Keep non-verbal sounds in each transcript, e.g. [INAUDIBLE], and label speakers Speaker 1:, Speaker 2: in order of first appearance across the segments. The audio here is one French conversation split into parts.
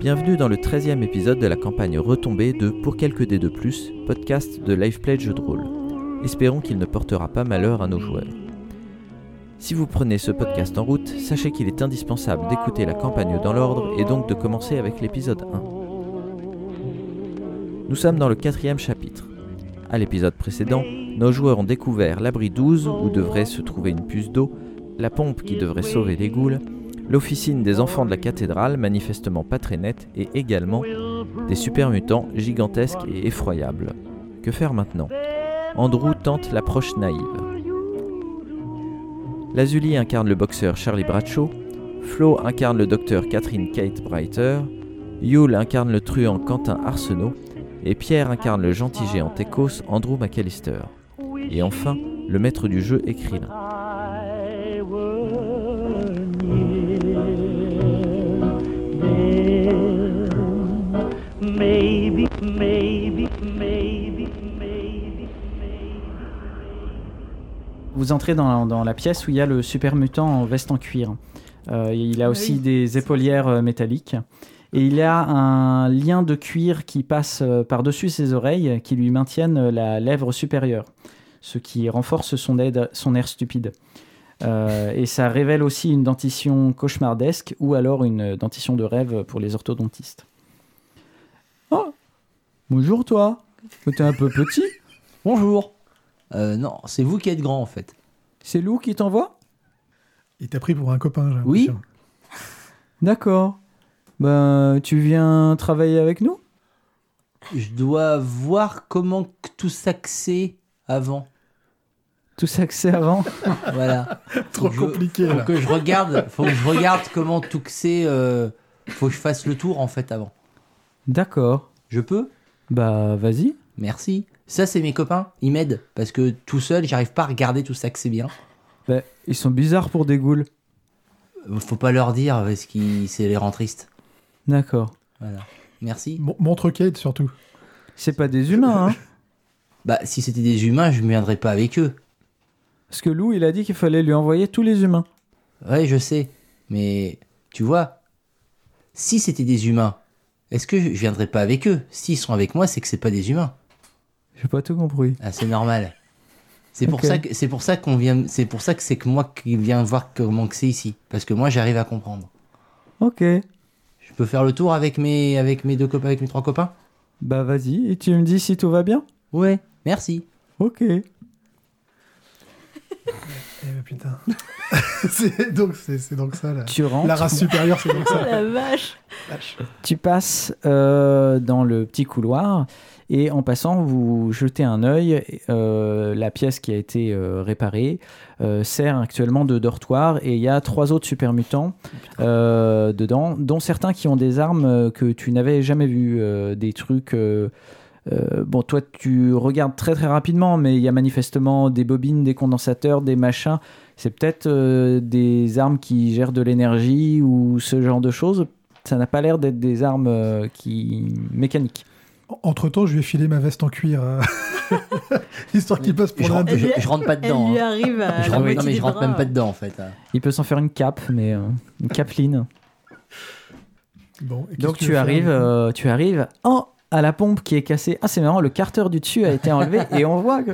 Speaker 1: Bienvenue dans le 13e épisode de la campagne retombée de Pour quelques dés de plus, podcast de Live Play de Jeux de rôle. Espérons qu'il ne portera pas malheur à nos joueurs. Si vous prenez ce podcast en route, sachez qu'il est indispensable d'écouter la campagne dans l'ordre et donc de commencer avec l'épisode 1. Nous sommes dans le quatrième chapitre. À l'épisode précédent, nos joueurs ont découvert l'abri 12 où devrait se trouver une puce d'eau, la pompe qui devrait sauver les goules, l'officine des enfants de la cathédrale manifestement pas très nette et également des super mutants gigantesques et effroyables. Que faire maintenant Andrew tente l'approche naïve. Lazuli incarne le boxeur Charlie Bradshaw, Flo incarne le docteur Catherine Kate Breiter, Yule incarne le truand Quentin Arsenault et Pierre incarne le gentil géant Tekos Andrew McAllister. Et enfin, le maître du jeu écrit
Speaker 2: I were near then. Maybe, maybe, maybe, maybe, maybe.
Speaker 3: Vous entrez dans, dans la pièce où il y a le super mutant en veste en cuir. Euh, il a aussi des épaulières euh, métalliques. Et il a un lien de cuir qui passe euh, par-dessus ses oreilles qui lui maintiennent euh, la lèvre supérieure, ce qui renforce son, aide- son air stupide. Euh, et ça révèle aussi une dentition cauchemardesque ou alors une dentition de rêve pour les orthodontistes. Oh Bonjour toi T'es un peu petit Bonjour
Speaker 4: Euh, non, c'est vous qui êtes grand en fait.
Speaker 3: C'est Lou qui t'envoie
Speaker 5: Il t'a pris pour un copain, j'ai
Speaker 4: Oui.
Speaker 5: l'impression.
Speaker 3: D'accord. Ben, tu viens travailler avec nous
Speaker 4: Je dois voir comment que tout s'axait avant.
Speaker 3: Tout ça que c'est avant.
Speaker 4: Voilà.
Speaker 5: Trop
Speaker 4: Je-
Speaker 5: compliqué,
Speaker 4: Faut
Speaker 5: là.
Speaker 4: que je regarde, faut que je regarde comment tout s'est. euh, faut que je fasse le tour en fait avant.
Speaker 3: D'accord.
Speaker 4: Je peux
Speaker 3: Bah, vas-y.
Speaker 4: Merci. Ça, c'est mes copains. Ils m'aident parce que tout seul, j'arrive pas à regarder tout s'axer bien.
Speaker 3: Bah, ils sont bizarres pour des goules.
Speaker 4: Euh, Faut pas leur dire parce que c'est les rend tristes.
Speaker 3: D'accord.
Speaker 4: Voilà. Merci.
Speaker 5: Mon- Montre Kate surtout.
Speaker 3: C'est pas des humains, hein
Speaker 4: Bah, si c'était des humains, je ne viendrais pas avec eux.
Speaker 3: Parce que Lou, il a dit qu'il fallait lui envoyer tous les humains.
Speaker 4: Ouais, je sais. Mais tu vois, si c'était des humains, est-ce que je je viendrais pas avec eux S'ils sont avec moi, c'est que c'est pas des humains.
Speaker 3: J'ai pas tout compris.
Speaker 4: Ah, c'est normal. C'est pour
Speaker 3: Ok.
Speaker 4: ça que c'est pour ça qu'on vient. C'est pour ça que c'est que moi qui viens voir comment que c'est ici. Parce que moi, j'arrive à comprendre.
Speaker 3: Ok.
Speaker 4: Je peux faire le tour avec mes avec mes deux copains, avec mes trois copains.
Speaker 3: Bah, vas-y. Et tu me dis si tout va bien
Speaker 4: Ouais. Merci.
Speaker 3: Ok.
Speaker 5: Eh ben, putain. [LAUGHS] c'est donc, c'est- c'est donc ça, là.
Speaker 3: Tu rentres.
Speaker 5: La race supérieure, c'est donc ça.
Speaker 6: [LAUGHS] La vache
Speaker 3: Tu passes euh, dans le petit couloir et en passant, vous jetez un œil. euh, la pièce qui a été euh, réparée euh, sert actuellement de dortoir et il y a trois autres super mutants euh, dedans, dont certains qui ont des armes euh, que tu n'avais jamais vues, euh, des trucs. euh, euh, bon, toi, tu regardes très très rapidement, mais il y a manifestement des bobines, des condensateurs, des machins. C'est peut-être euh, des armes qui gèrent de l'énergie ou ce genre de choses ça n'a pas l'air d'être des armes euh, qui mécaniques.
Speaker 5: Entre temps, je vais filer ma veste en cuir. euh, [LAUGHS] Histoire qu'il passe pour
Speaker 4: Je,
Speaker 5: l'un
Speaker 4: rentre-
Speaker 5: de-
Speaker 4: je- je rentre pas
Speaker 6: Elle
Speaker 4: dedans.
Speaker 6: lui
Speaker 4: hein.
Speaker 6: arrive à
Speaker 4: Je
Speaker 6: la
Speaker 4: rentre,
Speaker 6: moitié
Speaker 4: non, mais
Speaker 6: des
Speaker 4: je rentre
Speaker 6: bras.
Speaker 4: même pas dedans en fait. hein.
Speaker 3: Il peut s'en faire une cape, mais euh, une capeline.
Speaker 5: Bon, et qu'est-ce
Speaker 3: Donc
Speaker 5: que
Speaker 3: tu
Speaker 5: veux faire
Speaker 3: arrives, euh, tu arrives oh, à la pompe qui est cassée. Ah c'est marrant, le carter du dessus a été [LAUGHS] enlevé et on voit que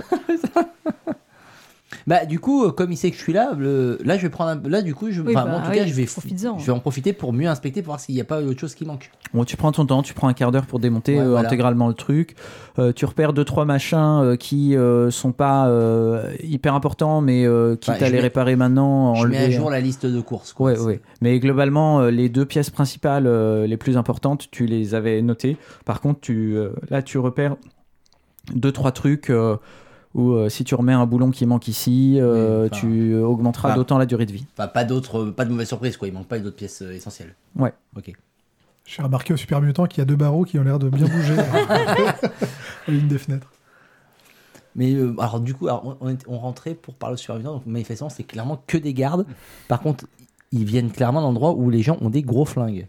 Speaker 4: Bah du coup, euh, comme il sait que je suis là, le- là je vais prendre. un- Là du coup, je.
Speaker 6: Oui,
Speaker 4: enfin,
Speaker 6: bah
Speaker 4: moi, en tout
Speaker 6: oui,
Speaker 4: cas, je vais.
Speaker 6: profites-en.
Speaker 4: Je vais en profiter pour mieux inspecter pour voir s'il n'y a pas autre chose qui manque.
Speaker 3: bon, tu prends ton temps, tu prends un quart d'heure pour démonter
Speaker 4: Ouais,
Speaker 3: euh,
Speaker 4: voilà.
Speaker 3: intégralement le truc. Euh, tu repères deux trois machins euh, qui euh, sont pas euh, hyper importants, mais euh, quitte
Speaker 4: Ouais,
Speaker 3: à
Speaker 4: je
Speaker 3: les
Speaker 4: mets-
Speaker 3: réparer maintenant,
Speaker 4: je mets
Speaker 3: enlever, hein.
Speaker 4: à jour la liste de courses. quoi.
Speaker 3: Ouais, ouais. Mais globalement, euh, les deux pièces principales euh, les plus importantes, tu les avais notées. Par contre, tu, euh, là, tu repères deux, trois trucs euh, où euh, si tu remets un boulon qui manque ici, euh,
Speaker 4: Oui, enfin, bah.
Speaker 3: tu augmenteras
Speaker 4: enfin,
Speaker 3: d'autant la durée de vie.
Speaker 4: Enfin, pas d'autres, pas de mauvaise surprise quoi. Il manque pas d'autres pièces euh, essentielles.
Speaker 5: J'ai remarqué au super mutant qu'il y a deux barreaux qui ont l'air de bien bouger. à L'une des fenêtres.
Speaker 4: Mais euh, alors du coup, alors, on, on était- on rentrait pour parler au superviseur. Donc manifestement, c'est clairement que des gardes. Par contre, ils viennent clairement d'endroits où les gens ont des gros flingues.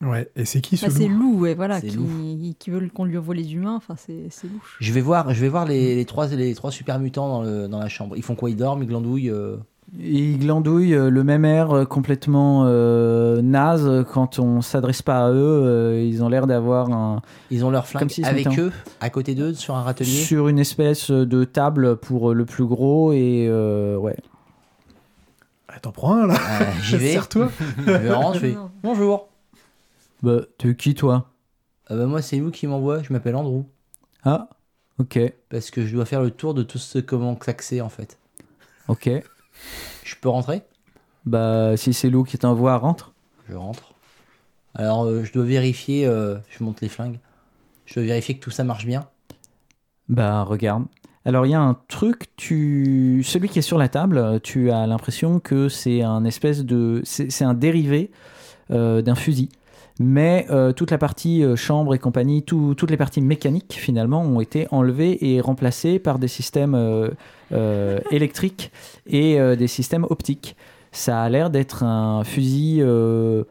Speaker 5: Ouais, et c'est qui ce
Speaker 6: Bah, c'est
Speaker 5: loup
Speaker 6: Lou, ouais, voilà,
Speaker 4: C'est
Speaker 6: qui, qui veut qu'on lui envoie les humains, enfin c'est c'est louche.
Speaker 4: Je vais voir, je vais voir les, les trois les trois super mutants dans, le- dans la chambre. Ils font quoi Ils dorment, ils glandouillent. euh,
Speaker 3: Ils glandouillent euh, le même air euh, complètement euh, naze quand on s'adresse pas à eux. euh, ils ont l'air d'avoir un,
Speaker 4: Ils ont leur flingue
Speaker 3: Comme s'ils
Speaker 4: avec
Speaker 3: mettaient en-
Speaker 4: eux, à côté d'eux, sur un râtelier.
Speaker 3: sur une espèce de table pour euh, le plus gros et euh, ouais.
Speaker 5: Ah, T'en prends un là,
Speaker 4: Euh, J'y
Speaker 3: [LAUGHS]
Speaker 4: vais.
Speaker 5: serre-toi.
Speaker 4: Je me rends, je fais
Speaker 6: Non.
Speaker 4: bonjour.
Speaker 3: Bah, t'es qui toi
Speaker 4: Ah bah, moi, c'est vous qui m'envoie. Je m'appelle Andrew.
Speaker 3: Ah, ok,
Speaker 4: Parce que je dois faire le tour de tout ce comment claxer en fait.
Speaker 3: ok.
Speaker 4: Je peux rentrer
Speaker 3: Bah, si c'est Lou qui t'envoie, rentre.
Speaker 4: Je rentre. Alors, euh, je dois vérifier. euh, je monte les flingues. Je dois vérifier que tout ça marche bien.
Speaker 3: Bah, regarde. Alors, il y a un truc, tu... celui qui est sur la table, tu as l'impression que c'est un espèce de. C'est c'est un dérivé euh, d'un fusil. Mais euh, toute la partie euh, chambre et compagnie, tout- toutes les parties mécaniques finalement ont été enlevées et remplacées par des systèmes euh, euh, électriques et euh, des systèmes optiques. Ça a l'air d'être un fusil, euh,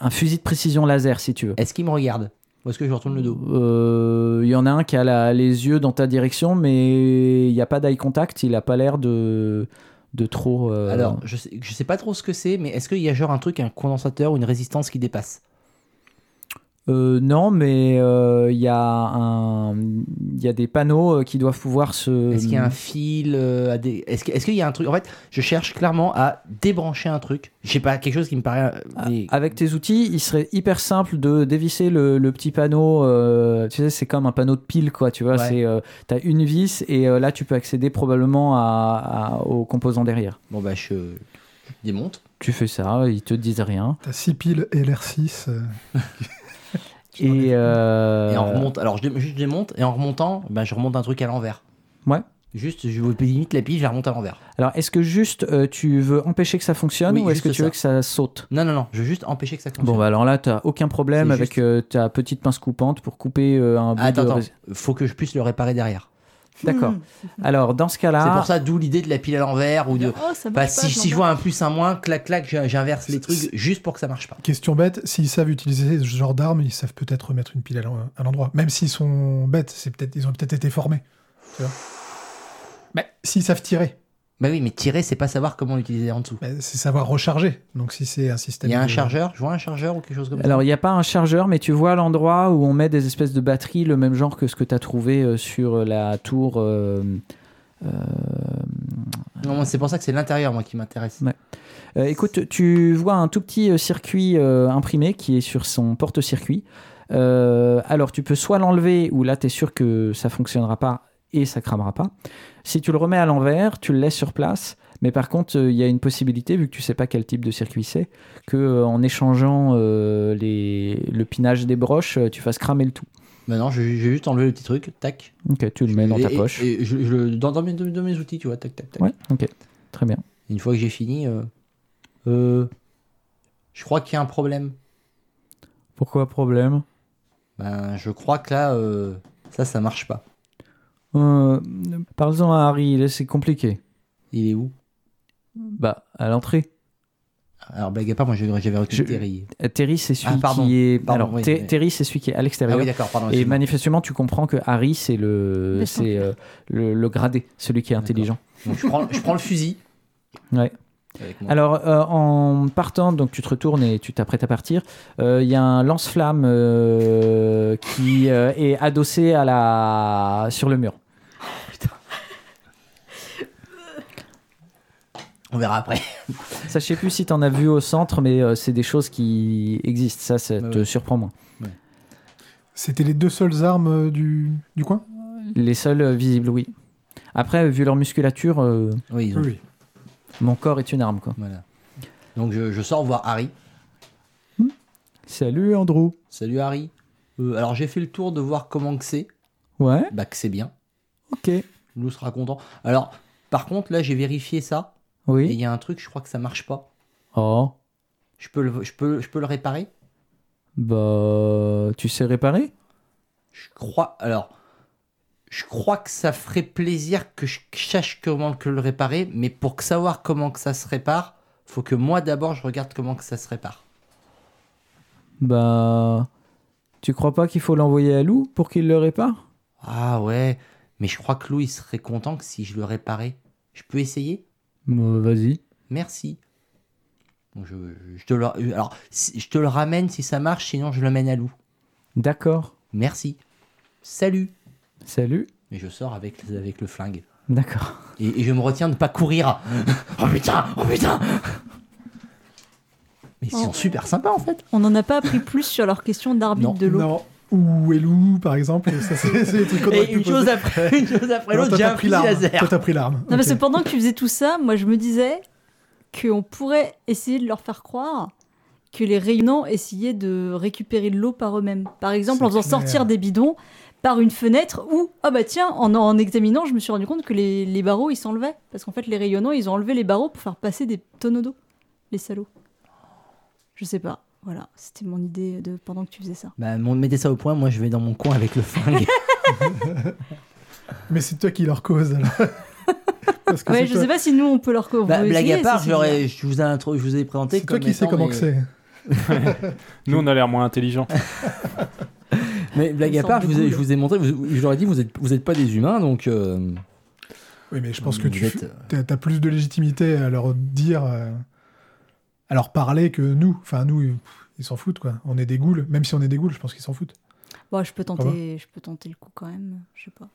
Speaker 3: un fusil de précision laser si tu veux.
Speaker 4: Est-ce qu'il me regarde Ou est-ce que je retourne le dos
Speaker 3: Euh, Il y en a un qui a la- les yeux dans ta direction, mais il n'y a pas d'eye contact, il n'a pas l'air de, de trop. euh,
Speaker 4: Alors, je sais, je sais pas trop ce que c'est, mais est-ce qu'il y a genre un truc, un condensateur ou une résistance qui dépasse
Speaker 3: euh, non, mais euh, il y, a un- il y a des panneaux euh, qui doivent pouvoir se.
Speaker 4: Est-ce qu'il y a un fil euh, à dé- Est-ce que- est-ce qu'il y a un truc En fait, je cherche clairement à débrancher un truc. Je sais pas, quelque chose qui me paraît. euh, mais-
Speaker 3: Avec tes outils, il serait hyper simple de dévisser le, le petit panneau. euh, tu sais, c'est comme un panneau de pile, quoi. Tu vois,
Speaker 4: Ouais.
Speaker 3: c'est euh, t'as une vis et euh, là, tu peux accéder probablement à- à- aux composants derrière.
Speaker 4: Bon, bah, je, je démonte.
Speaker 3: Tu fais ça, ils te disent rien.
Speaker 5: T'as 6 piles LR6. euh, Tu t'en
Speaker 3: Et, euh,
Speaker 4: Et en remonte. Alors, je, dé- juste, je démonte. Et en remontant, bah, je remonte un truc à l'envers.
Speaker 3: Ouais.
Speaker 4: Juste, je vous limite la pile, je la remonte à l'envers.
Speaker 3: Alors, est-ce que juste euh, tu veux empêcher que ça fonctionne
Speaker 4: Oui,
Speaker 3: ou est-ce que
Speaker 4: juste
Speaker 3: tu veux
Speaker 4: ça.
Speaker 3: que ça saute
Speaker 4: Non, non, non. Je veux juste empêcher que ça
Speaker 3: Bon,
Speaker 4: fonctionne.
Speaker 3: bah alors là, t'as aucun problème
Speaker 4: C'est
Speaker 3: avec
Speaker 4: juste-
Speaker 3: euh, ta petite pince coupante pour couper euh, un bout
Speaker 4: Ah, attends,
Speaker 3: de.
Speaker 4: attends.
Speaker 3: rés-
Speaker 4: Faut que je puisse le réparer derrière.
Speaker 3: D'accord. [LAUGHS] Alors, dans ce cas-là.
Speaker 4: C'est pour ça, d'où l'idée de la pile à l'envers ou de.
Speaker 6: Oh,
Speaker 4: Bah,
Speaker 6: ça marche pas,
Speaker 4: si,
Speaker 6: je
Speaker 4: si je
Speaker 6: l'emmerde.
Speaker 4: vois un plus, un moins, clac, clac, j'in- j'inverse les
Speaker 5: C'est-
Speaker 4: trucs
Speaker 5: c'est-
Speaker 4: juste pour que ça marche pas.
Speaker 5: Question bête, s'ils savent utiliser ce genre d'armes, ils savent peut-être remettre une pile à l'en- à l'endroit. Même s'ils sont bêtes, c'est peut-être, ils ont peut-être été formés. Tu vois Bah, s'ils savent tirer,
Speaker 4: Bah oui, mais tirer, c'est pas savoir comment l'utiliser en dessous.
Speaker 5: bah, c'est savoir recharger. Donc si c'est un système.
Speaker 4: Il y a un
Speaker 5: de-
Speaker 4: chargeur, je vois un chargeur ou quelque chose comme ça.
Speaker 3: Alors, il n'y a pas un chargeur, mais tu vois l'endroit où on met des espèces de batteries, le même genre que ce que tu as trouvé euh, sur la tour. euh,
Speaker 4: Non, moi, c'est pour ça que c'est l'intérieur, moi, qui m'intéresse.
Speaker 3: Euh, écoute, tu vois un tout petit euh, circuit euh, imprimé qui est sur son porte-circuit. Euh, alors, tu peux soit l'enlever, ou là, tu es sûr que ça fonctionnera pas et ça cramera pas. Si tu le remets à l'envers, tu le laisses sur place. Mais par contre, euh, il y a une possibilité, vu que tu sais pas quel type de circuit c'est, que euh, en échangeant euh, les, le pinage des broches, euh, tu fasses cramer le tout.
Speaker 4: Maintenant, Bah je, je vais juste enlever le petit truc, tac.
Speaker 3: Ok, tu le mets dans
Speaker 4: Et-
Speaker 3: ta
Speaker 4: et-
Speaker 3: poche.
Speaker 4: Et, je, je le- dans, dans mes, dans mes outils, tu vois, tac, tac, tac.
Speaker 3: Ouais, ok, très bien.
Speaker 4: Une fois que j'ai fini, euh, euh, je crois qu'il y a un problème.
Speaker 3: Pourquoi problème
Speaker 4: Ben, je crois que là, euh, ça, ça marche pas.
Speaker 3: euh, Parle-en à Harry, là, c'est compliqué.
Speaker 4: Il est où
Speaker 3: Bah, à l'entrée.
Speaker 4: Alors, blague à part, moi, j'avais j'avais retenu
Speaker 3: Je-
Speaker 4: Terry.
Speaker 3: Euh, Terry, c'est celui
Speaker 4: Ah, pardon.
Speaker 3: qui est.
Speaker 4: Pardon,
Speaker 3: Alors,
Speaker 4: oui,
Speaker 3: Ter-
Speaker 4: oui.
Speaker 3: Terry, c'est celui qui est à
Speaker 4: Ah
Speaker 3: l'extérieur.
Speaker 4: oui, d'accord, pardon.
Speaker 3: et
Speaker 4: excuse-moi.
Speaker 3: manifestement, tu comprends que Harry, c'est le,
Speaker 6: Descends.
Speaker 3: c'est euh, le, le gradé, celui qui est intelligent.
Speaker 4: Donc, je, prends, je prends le fusil.
Speaker 3: Ouais.
Speaker 4: Avec moi.
Speaker 3: Alors, euh, en partant, donc tu te retournes et tu t'apprêtes à partir. euh, Il y a un lance-flamme euh, qui euh, est adossé à la sur le mur.
Speaker 4: On verra après. [LAUGHS]
Speaker 3: Sachez plus si t'en as vu au centre, mais euh, c'est des choses qui existent. Ça, ça
Speaker 4: Ouais,
Speaker 3: te
Speaker 4: ouais.
Speaker 3: surprend moins.
Speaker 5: C'était les deux seules armes euh, du, du coin
Speaker 3: Les seuls euh, visibles, oui. Après, euh, vu leur musculature, euh,
Speaker 4: Oui, ils ont-
Speaker 3: mon corps est une arme, quoi.
Speaker 4: Voilà. Donc, je, je sors voir Harry.
Speaker 3: Salut, Andrew.
Speaker 4: Salut Harry. Euh, alors j'ai fait le tour de voir comment que c'est.
Speaker 3: Ouais.
Speaker 4: Bah que c'est bien.
Speaker 3: Ok.
Speaker 4: Lou sera content. Alors par contre là j'ai vérifié ça et
Speaker 3: Oui.
Speaker 4: il y a un truc je crois que ça marche pas.
Speaker 3: Oh.
Speaker 4: Je peux le, je peux, je peux le réparer
Speaker 3: Bah, tu sais réparer
Speaker 4: Je crois. Alors je crois que ça ferait plaisir que je sache comment que le réparer, mais pour que savoir comment que ça se répare, faut que moi d'abord je regarde comment que ça se répare.
Speaker 3: Bah, tu crois pas qu'il faut l'envoyer à Lou pour qu'il le répare
Speaker 4: Ah ouais, mais je crois que Lou il serait content que si je le réparais. Je peux essayer
Speaker 3: Bah, Vas-y.
Speaker 4: Merci. Donc, Je, je te le, alors, si- je te le ramène si ça marche, sinon je le mène à Lou.
Speaker 3: D'accord.
Speaker 4: Merci. Salut.
Speaker 3: Salut.
Speaker 4: Et je sors avec, avec le flingue.
Speaker 3: D'accord.
Speaker 4: Et, et je me retiens de ne pas
Speaker 5: [LAUGHS]
Speaker 4: courir. oh putain, oh putain. Mais ils sont
Speaker 6: Oh.
Speaker 4: super sympas en fait.
Speaker 6: On n'en a pas appris plus sur leur question d'arbitre
Speaker 4: Non,
Speaker 6: de l'eau.
Speaker 5: Non. Ou Elou, par exemple. Ça, c'est c'est les trucs qu'on aurait
Speaker 4: Et
Speaker 5: pu
Speaker 4: une
Speaker 5: poser.
Speaker 4: chose après, une
Speaker 5: [LAUGHS]
Speaker 4: chose après
Speaker 5: Alors,
Speaker 4: l'autre,
Speaker 5: toi,
Speaker 4: j'ai
Speaker 5: t'as
Speaker 4: un
Speaker 5: pris
Speaker 4: fusil
Speaker 5: l'arme.
Speaker 4: laser.
Speaker 5: Toi, t'as pris l'arme.
Speaker 6: Non, parce que
Speaker 5: Ok.
Speaker 6: pendant que tu faisais tout ça, moi je me disais qu'on pourrait essayer de leur faire croire que les réunions essayaient de récupérer de l'eau par eux-mêmes. Par exemple,
Speaker 5: C'est
Speaker 6: en faisant
Speaker 5: clair.
Speaker 6: sortir des bidons par une fenêtre ou, ah bah tiens, en, en examinant, je me suis rendu compte que les, les barreaux, ils s'enlevaient. Parce qu'en fait, les rayonnants, ils ont enlevé les barreaux pour faire passer des tonneaux d'eau. Les salauds. Je sais pas. Voilà, c'était mon idée de pendant que tu faisais ça.
Speaker 4: Bah, mon- mettez ça au point, moi je vais dans mon coin avec le [LAUGHS] flingue.
Speaker 5: Mais c'est toi qui leur cause. alors. [LAUGHS] parce que
Speaker 6: Ouais,
Speaker 5: Ah, c'est
Speaker 6: je
Speaker 5: toi-
Speaker 6: sais pas si nous, on peut leur... co-
Speaker 4: Bah,
Speaker 6: vous
Speaker 4: blague à
Speaker 6: essayer,
Speaker 4: part,
Speaker 6: ceci
Speaker 4: j'aurais- je vous, ai intro- je vous ai présenté
Speaker 5: c'est toi
Speaker 4: comme
Speaker 5: qui sais
Speaker 4: étant
Speaker 5: comment
Speaker 4: les-
Speaker 5: que c'est.
Speaker 7: Nous, on a l'air moins intelligents.
Speaker 4: Mais blague
Speaker 6: Ils
Speaker 4: à
Speaker 6: sont
Speaker 4: part, je vous, ai,
Speaker 6: beaucoup,
Speaker 4: je vous ai montré, vous- je leur ai dit, vous n'êtes vous êtes pas des humains, donc. euh,
Speaker 5: Oui, mais je pense que
Speaker 4: vous
Speaker 5: tu
Speaker 4: êtes-
Speaker 5: as, plus de légitimité à leur dire, euh, à leur parler que nous. Enfin, nous, ils- ils s'en foutent, quoi. On est des goules. Même si on est des goules, je pense qu'ils s'en foutent.
Speaker 6: Bon,
Speaker 4: Ah
Speaker 6: je peux tenter, je peux tenter le coup quand même. Je sais pas.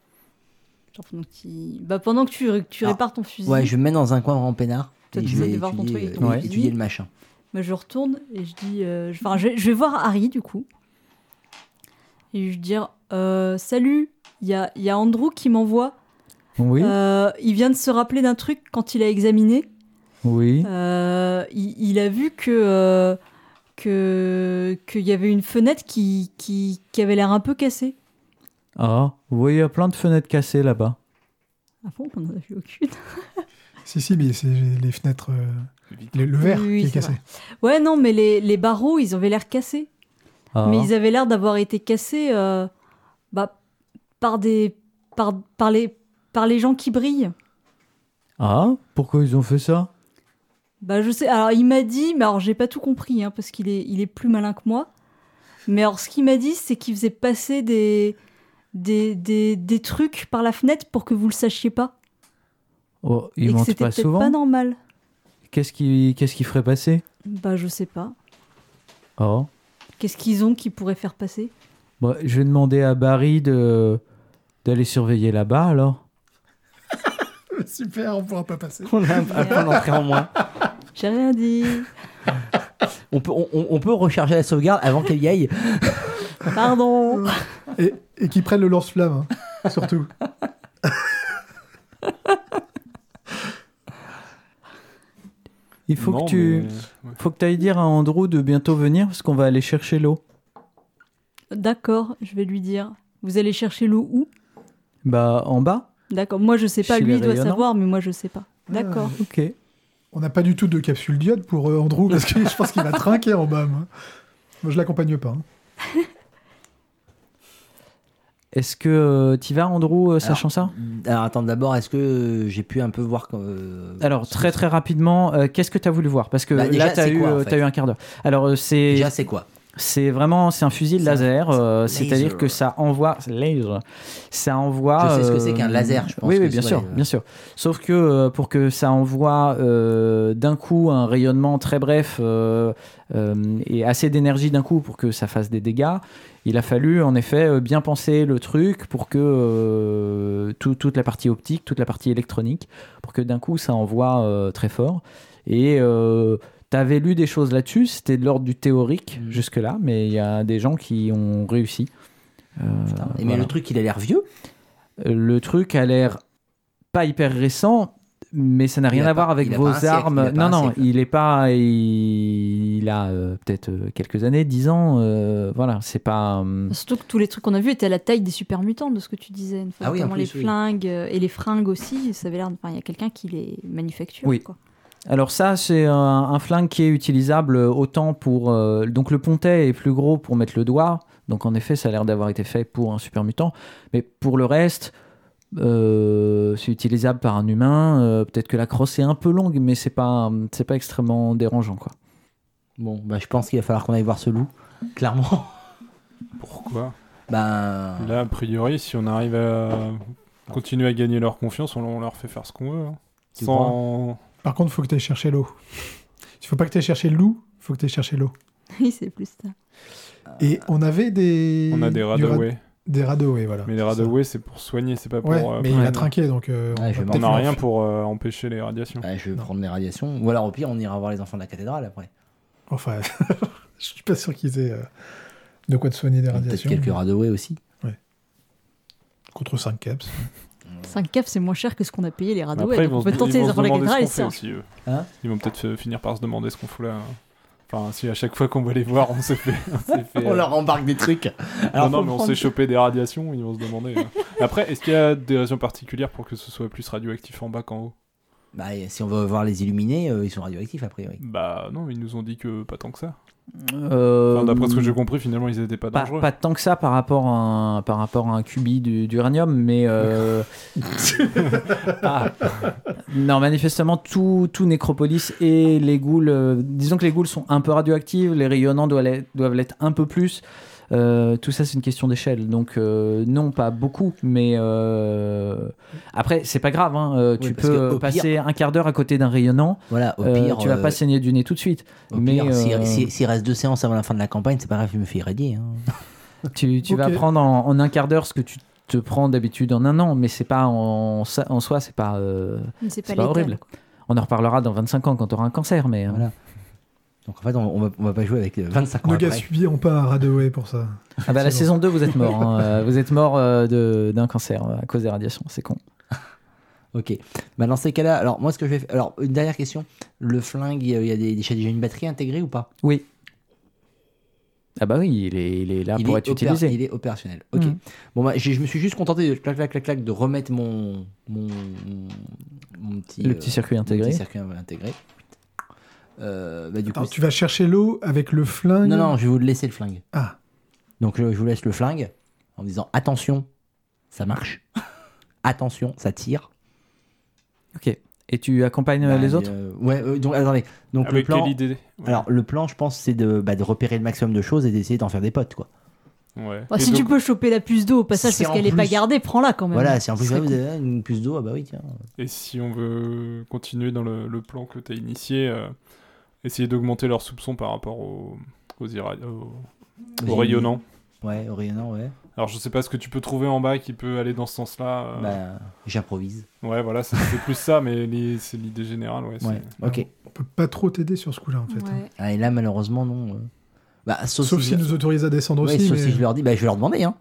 Speaker 6: Genre pendant que tu, bah, pendant que tu, ré- tu
Speaker 4: Ah.
Speaker 6: répares ton fusil,
Speaker 4: Ouais, je me mets dans un coin en peinard.
Speaker 6: Toi,
Speaker 4: et
Speaker 6: tu
Speaker 4: je
Speaker 6: vas
Speaker 4: vais
Speaker 6: devoir
Speaker 4: étudier,
Speaker 6: montrer
Speaker 4: euh,
Speaker 6: ton
Speaker 4: ouais,
Speaker 6: fusil.
Speaker 4: étudier le machin.
Speaker 6: bah, je retourne et je dis, euh, je, enfin, je, vais- je vais voir Harry du coup. Et je vais dire, euh, salut, il y a, il y a Andrew qui m'envoie.
Speaker 3: Oui.
Speaker 6: Euh, il vient de se rappeler d'un truc quand il a examiné.
Speaker 3: Oui.
Speaker 6: Euh, il, il a vu que euh, que qu'il y avait une fenêtre qui qui, qui avait l'air un peu cassée.
Speaker 3: Ah, vous voyez, il y a plein de fenêtres cassées là-bas.
Speaker 6: Ah bon, on en a vu aucune.
Speaker 5: Si, si, mais c'est les fenêtres. euh, le, le verre
Speaker 6: Oui, oui,
Speaker 5: qui est
Speaker 6: c'est
Speaker 5: cassé.
Speaker 6: vrai. Ouais, non, mais les, les barreaux, ils avaient l'air cassés.
Speaker 3: Ah.
Speaker 6: Mais ils avaient l'air d'avoir été cassés euh, bah, par des par, par les par les gens qui brillent.
Speaker 3: Ah, pourquoi ils ont fait ça
Speaker 6: Bah je sais. Alors il m'a dit, mais alors j'ai pas tout compris hein, parce qu'il est il est plus malin que moi. Mais alors ce qu'il m'a dit, c'est qu'il faisait passer des des, des des trucs par la fenêtre pour que vous le sachiez pas
Speaker 3: Oh,
Speaker 6: et
Speaker 3: Ils
Speaker 6: que
Speaker 3: mentent
Speaker 6: c'était
Speaker 3: pas
Speaker 6: peut-être pas
Speaker 3: souvent.
Speaker 6: normal.
Speaker 3: Qu'est-ce qui, qu'est-ce qui ferait passer
Speaker 6: Bah je sais pas.
Speaker 3: Oh.
Speaker 6: Qu'est-ce qu'ils ont qui pourrait faire passer
Speaker 3: Bon, je vais demander à Barry de d'aller surveiller là-bas alors.
Speaker 5: [LAUGHS] Super, [LAUGHS] on pourra pas passer.
Speaker 4: On a un, un point d'entrée en moins.
Speaker 6: J'ai
Speaker 3: [LAUGHS]
Speaker 6: rien dit.
Speaker 4: [LAUGHS] On peut, on, on- on peut recharger la sauvegarde avant qu'elle y aille.
Speaker 6: Pardon.
Speaker 5: Et, et qu'ils prennent le lance-flamme, hein, [LAUGHS] surtout.
Speaker 3: Il faut
Speaker 7: Non,
Speaker 3: que tu
Speaker 7: mais- ouais.
Speaker 3: faut que t'ailles dire à Andrew de bientôt venir parce qu'on va aller chercher l'eau.
Speaker 6: D'accord, je vais lui dire. Vous allez chercher l'eau où
Speaker 3: Bah en bas.
Speaker 6: D'accord, moi je sais pas,
Speaker 3: Chez
Speaker 6: lui
Speaker 3: les
Speaker 6: il doit
Speaker 3: rayonnants.
Speaker 6: savoir, mais moi je sais pas. D'accord.
Speaker 3: Ok.
Speaker 5: On n'a pas du tout de capsule diode pour euh, Andrew, parce que je pense qu'il va trinquer en bas, moi. Moi, je l'accompagne pas. hein.
Speaker 3: Est-ce que euh, t'y vas Andrew euh, sachant ça
Speaker 4: Alors attends, d'abord, est-ce que euh, j'ai pu un peu voir. euh,
Speaker 3: Alors très très rapidement, euh, qu'est-ce que t'as voulu voir Parce que
Speaker 4: Bah, déjà,
Speaker 3: là t'as
Speaker 4: c'est
Speaker 3: eu
Speaker 4: quoi, en
Speaker 3: euh,
Speaker 4: fait
Speaker 3: t'as eu un quart d'heure. Alors euh, c'est
Speaker 4: déjà, c'est quoi
Speaker 3: C'est vraiment c'est un fusil
Speaker 4: C'est un-
Speaker 3: laser, euh,
Speaker 4: c'est un
Speaker 3: c'est-à-dire
Speaker 4: laser.
Speaker 3: que ça envoie laser, ça envoie.
Speaker 4: Je sais ce que
Speaker 3: euh,
Speaker 4: c'est qu'un laser, je pense
Speaker 3: Oui, oui,
Speaker 4: que
Speaker 3: bien
Speaker 4: c'est-
Speaker 3: sûr,
Speaker 4: ouais, ouais.
Speaker 3: bien sûr. Sauf que euh, pour que ça envoie euh, d'un coup un rayonnement très bref euh, euh, et assez d'énergie d'un coup pour que ça fasse des dégâts, il a fallu en effet euh, bien penser le truc pour que euh, tout- toute la partie optique, toute la partie électronique, pour que d'un coup ça envoie euh, très fort et euh, T'avais lu des choses là-dessus, c'était de l'ordre du théorique
Speaker 4: Mhm.
Speaker 3: jusque-là, mais il y a des gens qui ont réussi. Euh,
Speaker 4: Putain, Mais
Speaker 3: voilà.
Speaker 4: le truc, il a l'air vieux.
Speaker 3: Euh, le truc a l'air pas hyper récent, mais ça n'a
Speaker 4: Il
Speaker 3: rien
Speaker 4: a
Speaker 3: à
Speaker 4: pas-
Speaker 3: voir avec
Speaker 4: il a
Speaker 3: vos
Speaker 4: pas un siècle,
Speaker 3: armes.
Speaker 4: il a pas
Speaker 3: non,
Speaker 4: un
Speaker 3: non,
Speaker 4: siècle.
Speaker 3: il est pas. Il, il a euh, peut-être euh, quelques années, 10 ans. euh, voilà, c'est pas. euh,
Speaker 6: Surtout que tous les trucs qu'on a vus étaient à la taille des super mutants, de ce que tu disais. Une fois,
Speaker 4: Ah oui, en
Speaker 6: notamment
Speaker 4: plus,
Speaker 6: les
Speaker 4: oui.
Speaker 6: flingues euh, et les fringues aussi, ça avait l'air. Enfin, il y a quelqu'un qui les manufacture.
Speaker 3: Oui.
Speaker 6: quoi. [LAUGHS]
Speaker 3: Alors ça, c'est un, un flingue qui est utilisable autant pour... euh, donc le pontet est plus gros pour mettre le doigt, donc en effet ça a l'air d'avoir été fait pour un super mutant, mais pour le reste, euh, c'est utilisable par un humain, euh, peut-être que la crosse est un peu longue, mais c'est pas, c'est pas extrêmement dérangeant. quoi.
Speaker 4: Bon, bah, je pense qu'il va falloir qu'on aille voir ce loup.
Speaker 3: [LAUGHS]
Speaker 4: Clairement.
Speaker 7: Pourquoi
Speaker 4: Bah.
Speaker 7: Là, a priori, si on arrive à continuer à gagner leur confiance, on, on leur fait faire ce qu'on veut. hein.
Speaker 4: Tu
Speaker 7: Sans...
Speaker 5: Par contre, faut que tu ailles chercher l'eau. Il faut pas que tu ailles chercher le loup, faut que tu ailles chercher l'eau.
Speaker 6: Oui, c'est plus ça.
Speaker 5: Et on avait des.
Speaker 7: On a des
Speaker 5: du ra-
Speaker 7: Radaway.
Speaker 5: Des Radaway, voilà.
Speaker 7: Mais les
Speaker 5: Ah, C'est ça.
Speaker 7: Radaway, c'est pour soigner, c'est pas pour.
Speaker 5: Ouais,
Speaker 7: euh,
Speaker 5: mais
Speaker 7: pour-
Speaker 5: il a trinqué, donc euh,
Speaker 4: Ouais, je vais
Speaker 5: va
Speaker 7: On
Speaker 5: peut-être
Speaker 4: m'en
Speaker 5: faire-
Speaker 7: n'a rien pour euh, empêcher les radiations.
Speaker 4: Ouais, bah, je vais
Speaker 5: Non.
Speaker 4: prendre les radiations. Ou alors, au pire, on ira voir les enfants de la cathédrale après.
Speaker 5: Enfin, [LAUGHS] je suis pas sûr qu'ils aient euh, de quoi te soigner des
Speaker 4: Peut-être
Speaker 5: radiations.
Speaker 4: quelques Radaway aussi.
Speaker 5: Contre 5 caps.
Speaker 6: 5 CAF, c'est moins cher que ce qu'on a payé les
Speaker 7: Mais
Speaker 6: radeaux.
Speaker 7: après,
Speaker 6: Ah,
Speaker 7: ils
Speaker 6: donc
Speaker 7: vont
Speaker 6: on
Speaker 7: se
Speaker 6: peut
Speaker 7: ils
Speaker 6: tenter les
Speaker 7: vont se
Speaker 6: enfants de la
Speaker 7: demander ce
Speaker 6: cathédrale et
Speaker 7: qu'on
Speaker 6: se
Speaker 7: fait
Speaker 6: dire,
Speaker 7: aussi. eux.
Speaker 4: Hein
Speaker 7: Ils vont peut-être euh, finir par se demander ce qu'on fout là. Enfin, si à chaque fois qu'on va les voir, on se fait. on s'est
Speaker 5: [LAUGHS]
Speaker 7: fait,
Speaker 4: On
Speaker 7: euh,
Speaker 4: leur embarque des trucs.
Speaker 7: Non,
Speaker 4: Alors,
Speaker 7: non,
Speaker 4: faut
Speaker 7: mais on
Speaker 4: prendre-
Speaker 7: s'est chopé des radiations, ils vont se demander. euh. Après, est-ce qu'il y a des raisons particulières pour que ce soit plus radioactif en bas qu'en haut
Speaker 4: Bah, et si on veut voir les illuminés, euh, ils sont radioactifs a priori.
Speaker 7: Bah non, ils nous ont dit que pas tant que ça.
Speaker 3: Euh,
Speaker 7: Enfin, D'après ce que j'ai compris, finalement, ils étaient pas
Speaker 3: pas,
Speaker 7: dangereux.
Speaker 3: pas tant que ça par rapport à un, par rapport à un cubi du- d'uranium, mais. euh, ah. Non, manifestement, tout, tout Nécropolis et les ghouls. euh, disons que les ghouls sont un peu radioactives, les rayonnants doivent l'être, doivent l'être un peu plus. Euh, tout ça, c'est une question d'échelle. Donc, euh, non, pas beaucoup, mais euh, après, c'est pas grave. hein, euh,
Speaker 4: Oui,
Speaker 3: tu
Speaker 4: parce
Speaker 3: peux
Speaker 4: que au
Speaker 3: euh,
Speaker 4: pire-
Speaker 3: passer un quart d'heure à côté d'un rayonnant,
Speaker 4: Voilà, au
Speaker 3: euh,
Speaker 4: pire.
Speaker 3: tu vas
Speaker 4: euh,
Speaker 3: pas saigner du nez tout de suite.
Speaker 4: Au
Speaker 3: Mais,
Speaker 4: pire, si-
Speaker 3: euh,
Speaker 4: si- s'il reste deux séances avant la fin de la campagne, c'est pas grave, je me fais irradier. hein.
Speaker 3: Tu, tu vas
Speaker 5: Ok.
Speaker 3: prendre en, en un quart d'heure ce que tu te prends d'habitude en un an, mais c'est pas en, sa- en soi, c'est pas. euh,
Speaker 6: mais c'est pas,
Speaker 3: pas
Speaker 6: létal,
Speaker 3: horrible.
Speaker 6: quoi.
Speaker 3: on en reparlera dans 25 ans quand tu auras un cancer, mais. euh,
Speaker 4: Voilà. Donc en fait, on, on va, on va pas jouer avec euh, 25 ans
Speaker 5: Nos gars
Speaker 4: après.
Speaker 5: suivis ont pas un Radaway pour ça.
Speaker 3: Ah bah la
Speaker 5: Excellent.
Speaker 3: saison 2, vous êtes mort.
Speaker 4: [LAUGHS]
Speaker 3: hein, euh, vous êtes mort euh, de- d'un cancer euh, à cause des radiations, c'est con.
Speaker 4: Ok. Bah dans ces cas-là, alors moi ce que je vais faire... Alors une dernière question. Le flingue, il y a- il y a des, j'ai déjà une batterie intégrée ou pas
Speaker 3: Oui. Ah bah oui, il est, il est là
Speaker 4: il
Speaker 3: pour
Speaker 4: est
Speaker 3: être
Speaker 4: opér-
Speaker 3: utilisé.
Speaker 4: Il est opérationnel. Ok.
Speaker 3: Mhm.
Speaker 4: Bon bah j'ai- je me suis juste contenté de clac clac clac clac de remettre mon mon, mon- mon petit
Speaker 3: Le
Speaker 4: euh,
Speaker 3: petit circuit
Speaker 4: mon
Speaker 3: intégré.
Speaker 4: petit circuit intégré. Euh, bah, du coup,
Speaker 5: Attends, tu vas chercher l'eau avec le flingue.
Speaker 4: non non, je vais vous laisser le flingue.
Speaker 5: Ah,
Speaker 4: Donc je, je vous laisse le flingue en me disant attention, ça marche. [LAUGHS] attention, ça tire.
Speaker 3: Ok. Et tu accompagnes euh,
Speaker 4: Bah,
Speaker 3: les autres
Speaker 4: euh, Ouais. euh, donc attendez. Donc le
Speaker 7: Avec
Speaker 4: plan.
Speaker 7: quelle idée Ouais.
Speaker 4: Alors le plan, je pense, c'est de, bah, de repérer le maximum de choses et d'essayer d'en faire des potes, quoi.
Speaker 7: Ouais.
Speaker 6: Bah,
Speaker 7: Et
Speaker 6: si
Speaker 7: donc,
Speaker 6: tu peux choper la puce d'eau au passage
Speaker 4: Si
Speaker 6: parce
Speaker 4: en
Speaker 6: qu'elle est pas
Speaker 4: plus-
Speaker 6: gardée, prends-la quand même.
Speaker 4: Voilà, si en plus
Speaker 6: Ce serait
Speaker 4: vous
Speaker 6: cool.
Speaker 4: avez ah, une puce d'eau, ah bah oui tiens.
Speaker 7: Et si on veut continuer dans le, le plan que tu as initié, euh, essayer d'augmenter leurs soupçons par rapport aux, aux, irra- aux- aux rayonnants.
Speaker 4: Ouais, au rayonnant, ouais.
Speaker 7: Alors je sais pas ce que tu peux trouver en bas qui peut aller dans ce sens-là.
Speaker 5: Ah.
Speaker 7: euh,
Speaker 4: Bah j'improvise.
Speaker 7: Ouais, voilà, c'est- c'est plus ça, mais les- c'est l'idée générale. Ouais, c'est-
Speaker 4: Ouais. Ok.
Speaker 5: on peut pas trop t'aider sur ce coup-là, en fait. hein.
Speaker 6: Ouais.
Speaker 4: Ah, et là malheureusement non. euh. Bah sauf,
Speaker 5: Sauf
Speaker 4: si,
Speaker 5: s'ils
Speaker 4: je...
Speaker 5: nous autorisent à descendre
Speaker 4: ouais,
Speaker 5: aussi.
Speaker 4: sauf
Speaker 5: mais-
Speaker 4: si je leur dis, bah je vais leur demander hein.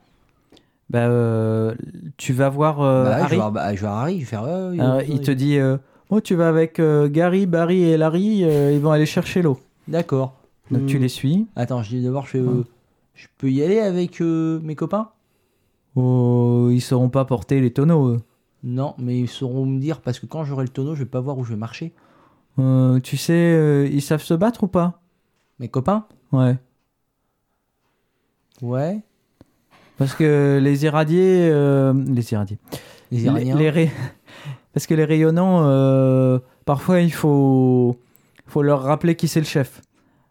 Speaker 3: Bah, euh, tu vas voir euh,
Speaker 4: bah, ouais, je, vais
Speaker 3: Harry.
Speaker 4: voir, bah, je vais voir Harry, je vais faire. euh, il-
Speaker 3: Euh, il te dit euh, Oh, tu vas avec euh, Gary, Barry et Larry, euh, ils vont aller chercher l'eau.
Speaker 4: D'accord.
Speaker 3: Donc tu
Speaker 4: Euh,
Speaker 3: les suis.
Speaker 4: Attends, je dis d'abord, je, fais, euh, je peux y aller avec euh, mes copains
Speaker 3: Oh, ils sauront pas porter les tonneaux. eux.
Speaker 4: Non, mais ils sauront me dire parce que quand j'aurai le tonneau, je vais pas voir où je vais marcher.
Speaker 3: Euh, tu sais, euh, ils savent se battre ou pas
Speaker 4: Mes copains
Speaker 3: Ouais.
Speaker 4: Ouais.
Speaker 3: Parce que les irradiés, euh, les irradiés,
Speaker 4: Les Iraniens
Speaker 3: les ray- [LAUGHS] parce que les rayonnants, euh, parfois il faut, faut leur rappeler qui c'est le chef.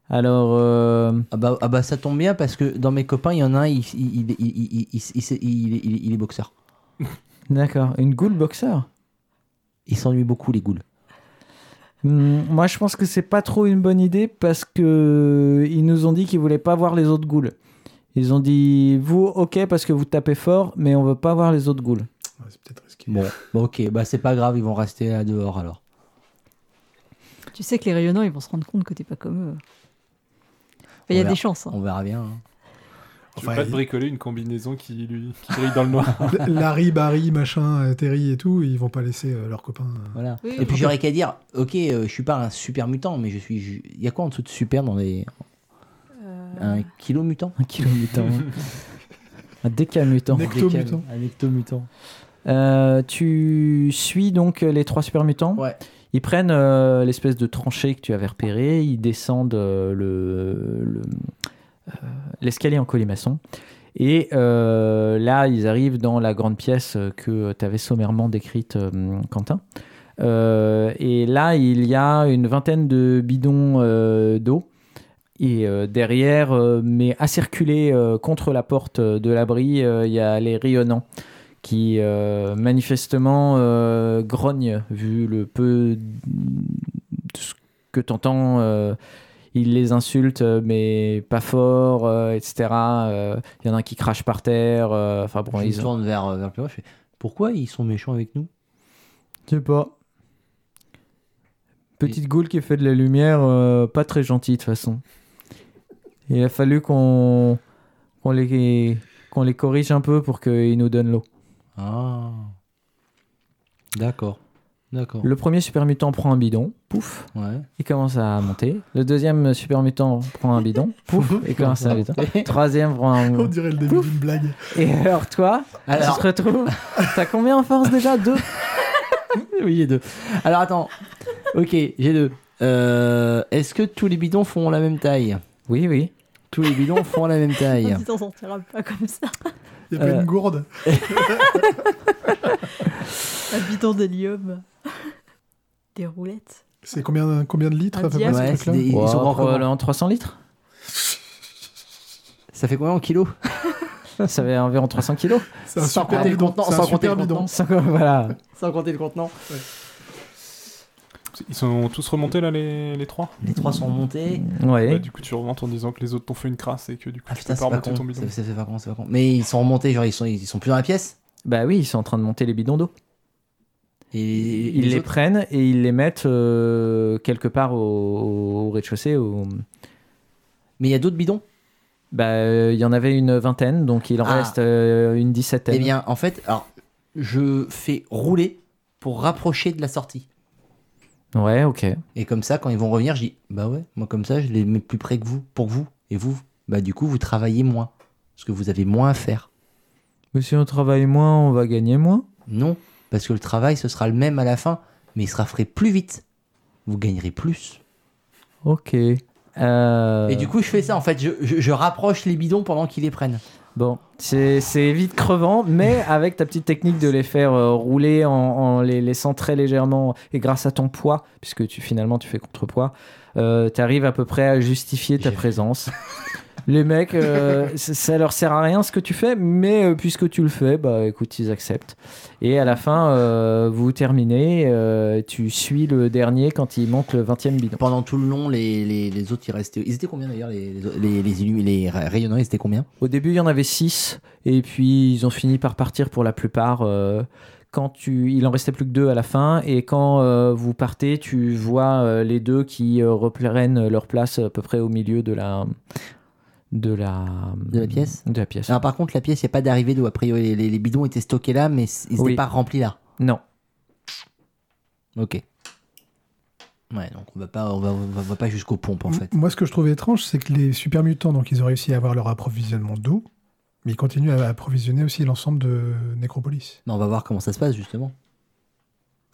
Speaker 3: Alors, euh,
Speaker 4: Ah, bah, ah bah ça tombe bien parce que dans mes copains, il y en a un, il, il, il, il, il, il- il- il- il- il est boxeur.
Speaker 3: d'accord, une goule boxeur.
Speaker 4: Il s'ennuie beaucoup, les goules.
Speaker 3: Hmm, moi, je pense que c'est pas trop une bonne idée parce que ils nous ont dit qu'ils voulaient pas voir les autres goules. Ils ont dit vous, ok, parce que vous tapez fort, mais on veut pas voir les autres goules.
Speaker 5: Ouais, c'est peut-être
Speaker 3: [LAUGHS]
Speaker 5: risqué.
Speaker 4: Bon, bah, ok, bah c'est pas grave, ils vont rester là dehors alors.
Speaker 6: Tu sais que les rayonnants, ils vont se rendre compte que t'es pas comme eux. Enfin, Il y a
Speaker 4: Ouais.
Speaker 6: des chances. hein.
Speaker 4: On verra bien. hein.
Speaker 7: Tu
Speaker 5: Enfin,
Speaker 7: veux pas te
Speaker 5: il-
Speaker 7: bricoler une combinaison qui, lui, qui brille dans le noir
Speaker 5: [LAUGHS] Larry, Barry, machin, euh, Terry et tout, ils vont pas laisser euh, leurs copains. euh.
Speaker 4: Voilà.
Speaker 6: Oui,
Speaker 4: Et
Speaker 6: oui.
Speaker 4: puis j'aurais qu'à dire, ok, euh, je suis pas un super mutant, mais je suis. ju- Il y a quoi en dessous de super dans les.
Speaker 6: Euh.
Speaker 4: Un kilo mutant
Speaker 3: Un kilo mutant. un décamutant.
Speaker 5: Nectomutant.
Speaker 4: Un ectomutant.
Speaker 3: Euh, tu suis donc euh, les trois super mutants.
Speaker 4: Ouais.
Speaker 3: Ils prennent euh, l'espèce de tranchée que tu avais repérée. Ils descendent euh, le- le- euh, l'escalier en colimaçon. Et euh, là, ils arrivent dans la grande pièce que tu avais sommairement décrite, euh, Quentin. Euh, et là, il y a une vingtaine de bidons euh, d'eau. Et euh, derrière, euh, mais acirculés euh, contre la porte de l'abri, euh, il y a les rayonnants qui euh, manifestement euh, grognent vu le peu que t'entends, euh, il les insulte, euh, mais pas fort, euh, etc. Euh, Il y en a un qui crache par terre. euh, Enfin bon,
Speaker 4: je
Speaker 3: ils
Speaker 4: me
Speaker 3: ont.
Speaker 4: tourne vers, vers le plus haut, je fais Pourquoi ils sont méchants avec nous
Speaker 3: Je sais pas. Petite goule qui fait de la lumière, euh, pas très gentille de toute façon. Il a fallu qu'on qu'on les, qu'on les corrige un peu pour qu'ils nous donnent l'eau.
Speaker 4: Ah. D'accord. D'accord.
Speaker 3: Le premier super mutant prend un bidon, pouf,
Speaker 4: Ouais.
Speaker 3: il commence à monter. Le deuxième super mutant prend un bidon, pouf,
Speaker 4: [LAUGHS]
Speaker 3: et commence à monter. Troisième prend
Speaker 5: On
Speaker 3: un...
Speaker 5: dirait le début d'une blague.
Speaker 3: [LAUGHS] Et alors toi, tu
Speaker 4: Alors,
Speaker 3: te retrouves... [LAUGHS] T'as combien en force déjà Deux
Speaker 4: [LAUGHS] oui, j'ai deux. Alors attends. Ok, j'ai deux. Euh, Est-ce que tous les bidons font la même taille
Speaker 3: Oui, oui.
Speaker 4: Tous les bidons font la même
Speaker 5: [LAUGHS]
Speaker 4: taille.
Speaker 6: Tu t'en sortiras pas comme ça.
Speaker 5: Il y a pas
Speaker 3: Euh.
Speaker 5: une gourde.
Speaker 6: Habitant d'hélium. [LAUGHS] Des roulettes.
Speaker 5: C'est combien, combien de litres
Speaker 6: Un
Speaker 5: à peu près
Speaker 6: diable.
Speaker 5: ce
Speaker 4: Ouais, c'est
Speaker 5: truc-là
Speaker 4: des- ils
Speaker 3: Ouah,
Speaker 4: sont grands comment
Speaker 3: probablement 300 litres
Speaker 4: Ça fait combien en kilos
Speaker 3: Ça fait environ 300 kilos.
Speaker 5: C'est un
Speaker 4: Sans
Speaker 5: super
Speaker 4: compter le
Speaker 5: bidon.
Speaker 4: contenant,
Speaker 5: C'est un
Speaker 4: sans compter
Speaker 5: super
Speaker 4: le
Speaker 5: bidon.
Speaker 4: contenant.
Speaker 3: Ça, quoi, voilà.
Speaker 4: Sans compter le contenant.
Speaker 7: Ils sont tous remontés là, les, les trois
Speaker 4: Les trois sont montés.
Speaker 3: Ouais.
Speaker 7: Bah, Du coup, tu remontes en disant que les autres t'ont fait une crasse et que du coup,
Speaker 4: Ah
Speaker 7: tu
Speaker 4: putain,
Speaker 7: peux pas
Speaker 4: c'est pas
Speaker 7: remonter
Speaker 4: con.
Speaker 7: ton bidon.
Speaker 4: Ça, ça fait pas con, c'est pas con. Mais ils sont remontés, genre ils sont, ils sont plus dans la pièce.
Speaker 3: Bah oui, ils sont en train de monter les bidons d'eau.
Speaker 4: Et, et
Speaker 3: Ils les
Speaker 4: autres
Speaker 3: prennent et ils les mettent euh, quelque part au, au rez-de-chaussée. au-
Speaker 4: Mais il y a d'autres bidons.
Speaker 3: Bah, euh, il y en avait une vingtaine, donc il en
Speaker 4: Ah.
Speaker 3: reste euh, une dix-septaine.
Speaker 4: Eh bien, en fait, alors, je fais rouler pour rapprocher de la sortie.
Speaker 3: Ouais, ok.
Speaker 4: Et comme ça, quand ils vont revenir, je dis Bah ouais, moi comme ça, je les mets plus près que vous, pour vous. Et vous, bah du coup, vous travaillez moins. Parce que vous avez moins à faire.
Speaker 3: Mais si on travaille moins, on va gagner moins.
Speaker 4: Non, parce que le travail, ce sera le même à la fin, mais il sera fait plus vite. Vous gagnerez plus.
Speaker 3: Ok. Euh,
Speaker 4: Et du coup, je fais ça, en fait, je, je- je rapproche les bidons pendant qu'ils les prennent.
Speaker 3: Bon, c'est c'est vite crevant, mais avec ta petite technique de les faire euh, rouler en, en les laissant très légèrement, et grâce à ton poids, puisque tu finalement tu fais contrepoids, euh, tu arrives à peu près à justifier ta
Speaker 4: J'ai-
Speaker 3: présence. [LAUGHS] Les mecs, euh, c- ça leur sert à rien ce que tu fais, mais euh, puisque tu le fais, bah écoute, ils acceptent. Et à la fin, euh, vous terminez, euh, tu suis le dernier quand il manque le 20e bidon.
Speaker 4: Pendant tout le long, les, les- les autres, ils restaient. Ils étaient combien d'ailleurs Les, les, les, les illu- les ra- rayonnants, ils étaient combien
Speaker 3: Au début, il y en avait 6, et puis ils ont fini par partir pour la plupart. euh, quand tu, il en restait plus que deux à la fin, et quand euh, vous partez, tu vois euh, les deux qui euh, reprennent leur place à peu près au milieu de la de la
Speaker 4: De la pièce Ah.
Speaker 3: de la pièce.
Speaker 4: Alors, par contre, la pièce, il n'y a pas d'arrivée d'eau. A priori, les, les- les bidons étaient stockés là, mais c- ils n'étaient
Speaker 3: Oui.
Speaker 4: pas remplis là.
Speaker 3: Non,
Speaker 4: Ok. Ouais, donc on va pas, on va, on va- on va pas jusqu'aux pompes en fait.
Speaker 5: Moi, ce que je trouve étrange, c'est que les super mutants, donc ils ont réussi à avoir leur approvisionnement d'eau, mais ils continuent à approvisionner aussi l'ensemble de Necropolis.
Speaker 4: Mais on va voir comment ça se passe justement.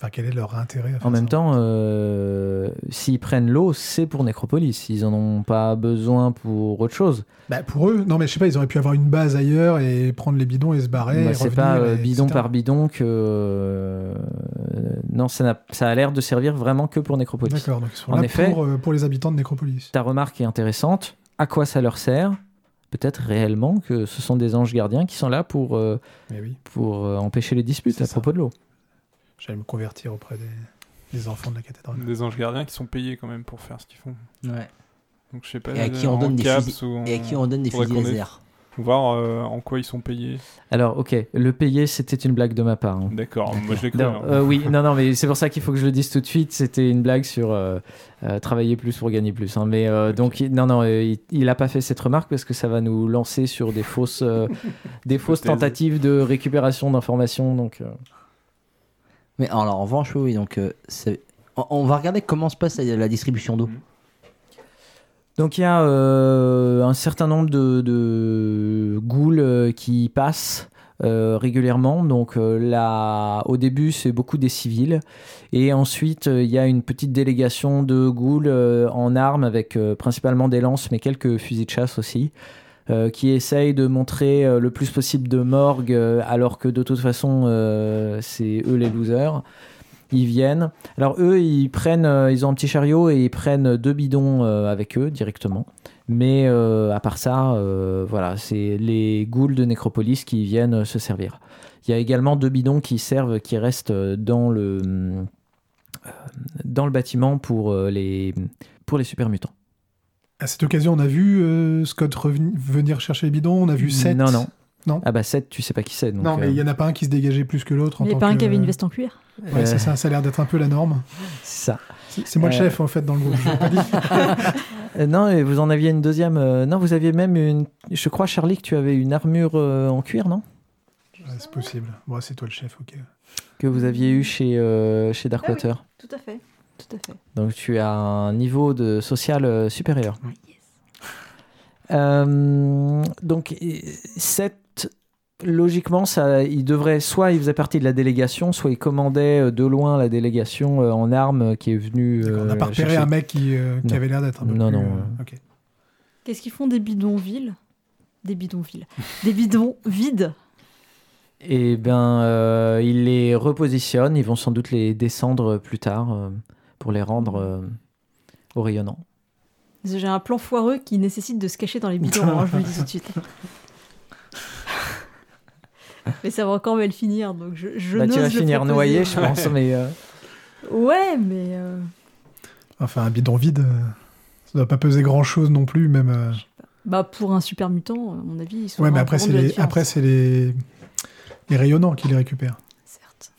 Speaker 5: Enfin, quel est leur intérêt à faire
Speaker 3: en même
Speaker 5: ça
Speaker 3: temps, euh, s'ils prennent l'eau, c'est pour Nécropolis. Ils en ont pas besoin pour autre chose.
Speaker 5: Bah, pour eux, non, mais je sais pas, ils auraient pu avoir une base ailleurs et prendre les bidons et se barrer.
Speaker 3: Bah,
Speaker 5: et
Speaker 3: c'est
Speaker 5: revenir,
Speaker 3: pas euh,
Speaker 5: et
Speaker 3: bidon
Speaker 5: etc.
Speaker 3: par bidon que. euh, non, ça, n'a- ça a l'air de servir vraiment que pour Nécropolis.
Speaker 5: D'accord, donc ils sont
Speaker 3: En
Speaker 5: là
Speaker 3: effet.
Speaker 5: pour, euh, pour les habitants de Necropolis.
Speaker 3: Ta remarque est intéressante. À quoi ça leur sert Peut-être réellement que ce sont des anges gardiens qui sont là pour, euh,
Speaker 5: Mais oui,
Speaker 3: pour euh, empêcher les disputes
Speaker 5: C'est
Speaker 3: à
Speaker 5: ça.
Speaker 3: propos de l'eau.
Speaker 5: j'allais me convertir auprès des, des enfants de la cathédrale.
Speaker 7: Des anges gardiens qui sont payés quand même pour faire ce qu'ils font.
Speaker 4: Ouais.
Speaker 7: Donc je sais pas.
Speaker 4: Et à qui on
Speaker 7: en
Speaker 4: donne des
Speaker 7: caps
Speaker 4: fusils-
Speaker 7: ou en-
Speaker 4: Et à qui on donne des
Speaker 7: Faudrait
Speaker 4: fusils
Speaker 7: qu'on ait-
Speaker 4: laser
Speaker 7: Voir euh, en quoi ils sont payés.
Speaker 3: Alors, ok, le payer, c'était une blague de ma part. hein.
Speaker 7: D'accord, moi je l'ai cru.
Speaker 3: Non,
Speaker 7: hein.
Speaker 3: euh, oui, non, non, mais c'est pour ça qu'il faut que je le dise tout de suite. C'était une blague sur euh, euh, travailler plus pour gagner plus. hein. Mais euh, donc, il- non, non, euh, il- il n'a pas fait cette remarque parce que ça va nous lancer sur des fausses,
Speaker 5: [LAUGHS]
Speaker 3: euh, des fausses
Speaker 7: Hypothèse.
Speaker 3: tentatives de récupération d'informations. Donc, euh,
Speaker 4: Mais alors en revanche, oui, oui, donc euh, c'est- on, on va regarder comment se passe la, la distribution d'eau.
Speaker 3: Donc il y a euh, un certain nombre de, de ghouls euh, qui passent euh, régulièrement. Donc euh, là, au début, c'est beaucoup des civils. Et ensuite, euh, il y a une petite délégation de ghouls euh, en armes avec euh, principalement des lances, mais quelques fusils de chasse aussi. euh, qui essayent de montrer euh, le plus possible de morgue euh, alors que de toute façon euh, c'est eux les losers. Ils viennent, alors eux, ils prennent, euh, ils ont un petit chariot et ils prennent deux bidons euh, avec eux directement. Mais euh, à part ça, euh, voilà, c'est les ghouls de Nécropolis qui viennent euh, se servir. Il y a également deux bidons qui servent, qui restent euh, dans le dans le bâtiment pour, euh, les, pour les super mutants.
Speaker 5: À cette occasion, on a vu euh, Scott reveni- venir chercher les bidons, on a vu Seth.
Speaker 3: Non, non.
Speaker 5: Non.
Speaker 3: Ah bah 7, tu sais pas qui c'est. donc,
Speaker 5: non, mais
Speaker 3: euh,
Speaker 5: il n'y en a pas un qui se dégageait plus que l'autre. en
Speaker 6: Il n'y a
Speaker 5: tant
Speaker 6: pas un
Speaker 5: que-
Speaker 6: qui avait une veste en cuir.
Speaker 5: Ouais, c'est ça, ça a l'air d'être un peu la norme.
Speaker 3: c'est ça.
Speaker 5: C'est c'est moi le
Speaker 3: Euh,
Speaker 5: chef, en fait, dans le groupe. je l'ai
Speaker 6: [LAUGHS]
Speaker 5: pas dit.
Speaker 3: Euh, non, et vous en aviez une deuxième. euh, non, vous aviez même une. Je crois, Charlie, que tu avais une armure euh, en cuir, non
Speaker 5: Ouais, c'est possible. Bon, c'est toi le chef, ok.
Speaker 3: Que vous aviez eu chez, euh, chez Darkwater.
Speaker 6: Tout à fait. Tout à fait.
Speaker 3: Donc tu as un niveau de social euh, supérieur.
Speaker 5: Oui.
Speaker 3: Euh, donc et- cette logiquement ça il devrait soit il faisait partie de la délégation soit il commandait euh, de loin la délégation euh, en armes euh, qui est venue
Speaker 5: D'accord, on n'a
Speaker 3: euh,
Speaker 5: pas repéré
Speaker 3: chercher-
Speaker 5: un mec qui, euh, qui
Speaker 3: Non.
Speaker 5: avait l'air d'être un peu
Speaker 3: Non,
Speaker 5: plus,
Speaker 3: non,
Speaker 5: euh, ok.
Speaker 6: Qu'est-ce qu'ils font des bidonvilles Des bidonvilles. des bidons vides.
Speaker 3: et ben euh, il les repositionne ils vont sans doute les descendre plus tard euh, pour les rendre
Speaker 6: Mm.
Speaker 3: euh, au rayonnant
Speaker 6: J'ai un plan foireux qui nécessite de se cacher dans les bidons, hein, je vous le dis tout de suite. mais ça va encore mal finir, donc je, je
Speaker 3: Bah, tu
Speaker 6: n'ose
Speaker 3: vas
Speaker 6: le
Speaker 3: finir
Speaker 6: proposer.
Speaker 3: noyé
Speaker 6: [LAUGHS]
Speaker 3: je pense mais euh,
Speaker 6: Ouais, mais euh,
Speaker 5: Enfin, un bidon vide, euh, ça doit pas peser grand-chose non plus, même... euh,
Speaker 6: bah pour un super mutant, à mon avis, ils sont
Speaker 5: Ouais, mais
Speaker 6: vraiment
Speaker 5: après,
Speaker 6: au courant
Speaker 5: c'est
Speaker 6: de la
Speaker 5: les,
Speaker 6: différence.
Speaker 5: après, c'est les... les rayonnants qui les récupèrent.
Speaker 6: Certes.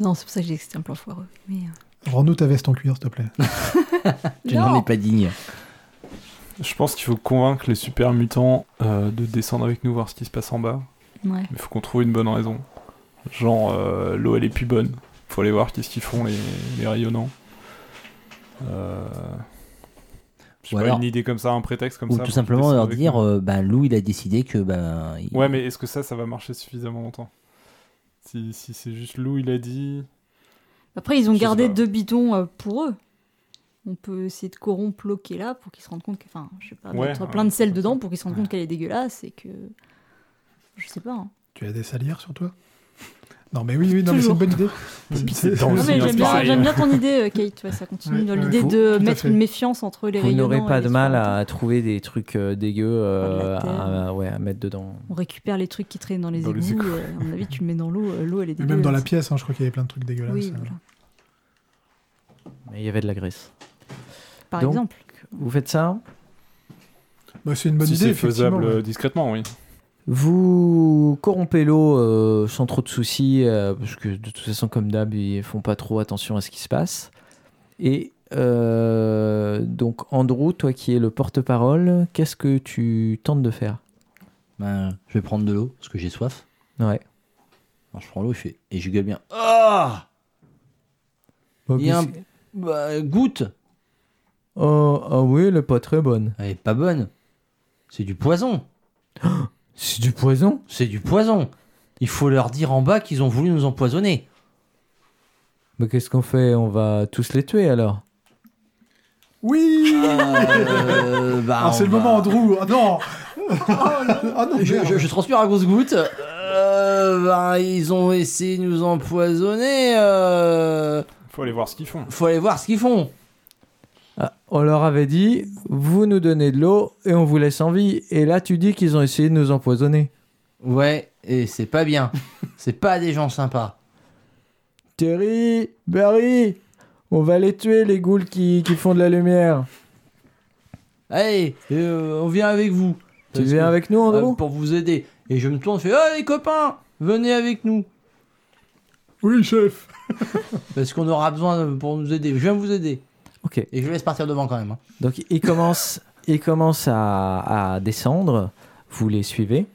Speaker 6: Non, c'est pour ça que j'ai dit que c'était un plan foireux. Mais... euh,
Speaker 5: Rends-nous ta veste en cuir, s'il te plaît.
Speaker 4: Tu
Speaker 6: non.
Speaker 4: n'en es pas digne.
Speaker 7: Je pense qu'il faut convaincre les super mutants euh, de descendre avec nous voir ce qui se passe en bas.
Speaker 6: Ouais.
Speaker 7: Il faut qu'on trouve une bonne raison. Genre, euh, l'eau elle est plus bonne. Faut aller voir qu'est-ce qu'ils font les, les rayonnants. Euh... Je sais
Speaker 4: Ou
Speaker 7: pas,
Speaker 4: alors-
Speaker 7: une idée comme ça, un prétexte comme
Speaker 4: Ou
Speaker 7: ça.
Speaker 4: tout
Speaker 7: pour
Speaker 4: simplement
Speaker 7: qu'ils
Speaker 4: leur
Speaker 7: descendent avec
Speaker 4: dire, euh, ben Lou, il a décidé que ben. il-
Speaker 7: nous. Ouais, mais est-ce que ça, ça va marcher suffisamment longtemps Si, si c'est juste Lou, il a dit.
Speaker 6: Après, ils ont
Speaker 7: Je sais
Speaker 6: gardé
Speaker 7: pas.
Speaker 6: deux bidons euh, pour eux. On peut essayer de corrompre l'eau qui est là pour qu'ils se rendent compte que. Enfin, je sais pas,
Speaker 7: Ouais,
Speaker 6: mettre
Speaker 7: ouais,
Speaker 6: plein de sel
Speaker 7: comme ça.
Speaker 6: dedans pour qu'ils se rendent compte qu'elle est dégueulasse et que. Je sais pas. hein.
Speaker 5: Tu as des salières sur toi Non, mais oui, oui, non, mais c'est une
Speaker 6: Toujours.
Speaker 5: bonne idée.
Speaker 7: Puis
Speaker 5: C'est-
Speaker 7: c'est dans
Speaker 6: Non,
Speaker 7: aussi,
Speaker 6: mais
Speaker 7: hein,
Speaker 6: j'aime
Speaker 7: c'est
Speaker 6: bien,
Speaker 7: pareil.
Speaker 6: j'aime bien ton idée, euh, Kate. tu vois, ça continue
Speaker 5: Ouais,
Speaker 6: dans
Speaker 5: ouais.
Speaker 6: l'idée
Speaker 5: Faut-
Speaker 6: de
Speaker 5: tout à
Speaker 6: mettre
Speaker 5: fait.
Speaker 6: une méfiance entre les
Speaker 3: Vous
Speaker 6: rayonnants
Speaker 3: n'aurez
Speaker 6: et
Speaker 3: pas
Speaker 6: les
Speaker 3: de mal
Speaker 6: différents.
Speaker 3: à trouver des trucs euh, dégueux euh,
Speaker 6: Ah, de la terre.
Speaker 3: à, à- ouais, à mettre dedans.
Speaker 6: On récupère les trucs qui traînent dans les
Speaker 7: Dans les
Speaker 6: égouts.
Speaker 7: égouts.
Speaker 6: euh, à mon avis, tu le mets dans l'eau. euh, l'eau, elle est
Speaker 5: Mais
Speaker 6: dégueulasse.
Speaker 5: même dans la pièce, hein, je crois qu'il y avait plein de trucs dégueulasses.
Speaker 6: Oui,
Speaker 5: hein.
Speaker 6: voilà.
Speaker 3: Mais il y avait de la graisse.
Speaker 6: Par
Speaker 3: Donc,
Speaker 6: exemple.
Speaker 3: Vous faites ça
Speaker 5: Bah, c'est une bonne
Speaker 7: si
Speaker 5: idée,
Speaker 7: c'est faisable
Speaker 5: effectivement,
Speaker 7: euh,
Speaker 5: ouais.
Speaker 7: discrètement, oui.
Speaker 3: Vous corrompez l'eau euh, sans trop de soucis, euh, parce que de toute façon, comme d'hab, ils font pas trop attention à ce qui se passe. Et euh, donc, Andrew, toi qui es le porte-parole, qu'est-ce que tu tentes de faire
Speaker 4: Ben, je vais prendre de l'eau, parce que j'ai soif.
Speaker 3: Ouais.
Speaker 4: Alors, je prends l'eau, je fais- et je gueule bien. Ah Il y a un. bah, goutte
Speaker 3: Oh, ah oui, elle est pas très bonne.
Speaker 4: Elle est pas bonne. C'est du poison.
Speaker 3: C'est du poison
Speaker 4: C'est du poison. Il faut leur dire en bas qu'ils ont voulu nous empoisonner.
Speaker 3: Mais qu'est-ce qu'on fait On va tous les tuer alors
Speaker 5: Oui
Speaker 4: Euh, bah,
Speaker 5: Alors, c'est
Speaker 4: on
Speaker 5: le
Speaker 4: va-
Speaker 5: moment, Andrew Ah
Speaker 6: [LAUGHS]
Speaker 5: non
Speaker 6: Oh
Speaker 5: Ah non,
Speaker 4: Je,
Speaker 5: merde.
Speaker 4: je- je transpire à grosses gouttes. Euh, bah, ils ont essayé de nous empoisonner. Euh,
Speaker 7: Faut aller voir ce qu'ils font.
Speaker 4: faut aller voir ce qu'ils font.
Speaker 3: Ah, On leur avait dit, vous nous donnez de l'eau et on vous laisse en vie. Et là, tu dis qu'ils ont essayé de nous empoisonner.
Speaker 4: Ouais, et c'est
Speaker 3: [LAUGHS]
Speaker 4: pas bien. c'est pas des gens sympas.
Speaker 3: Terry, Barry, on va les tuer, les ghouls qui, qui font de la lumière.
Speaker 4: Allez, euh, on vient avec vous.
Speaker 3: Tu
Speaker 4: Parce
Speaker 3: viens
Speaker 4: que-
Speaker 3: avec nous, Andrew
Speaker 4: euh, Pour vous aider. Et je me tourne, je fais Oh les copains, venez avec nous.
Speaker 5: Oui, chef
Speaker 4: Parce qu'on aura besoin de- pour nous aider. Je viens vous aider.
Speaker 3: Ok.
Speaker 4: Et je laisse partir devant quand même. hein.
Speaker 3: Donc, ils commencent, ils commencent à, à descendre. Vous les suivez.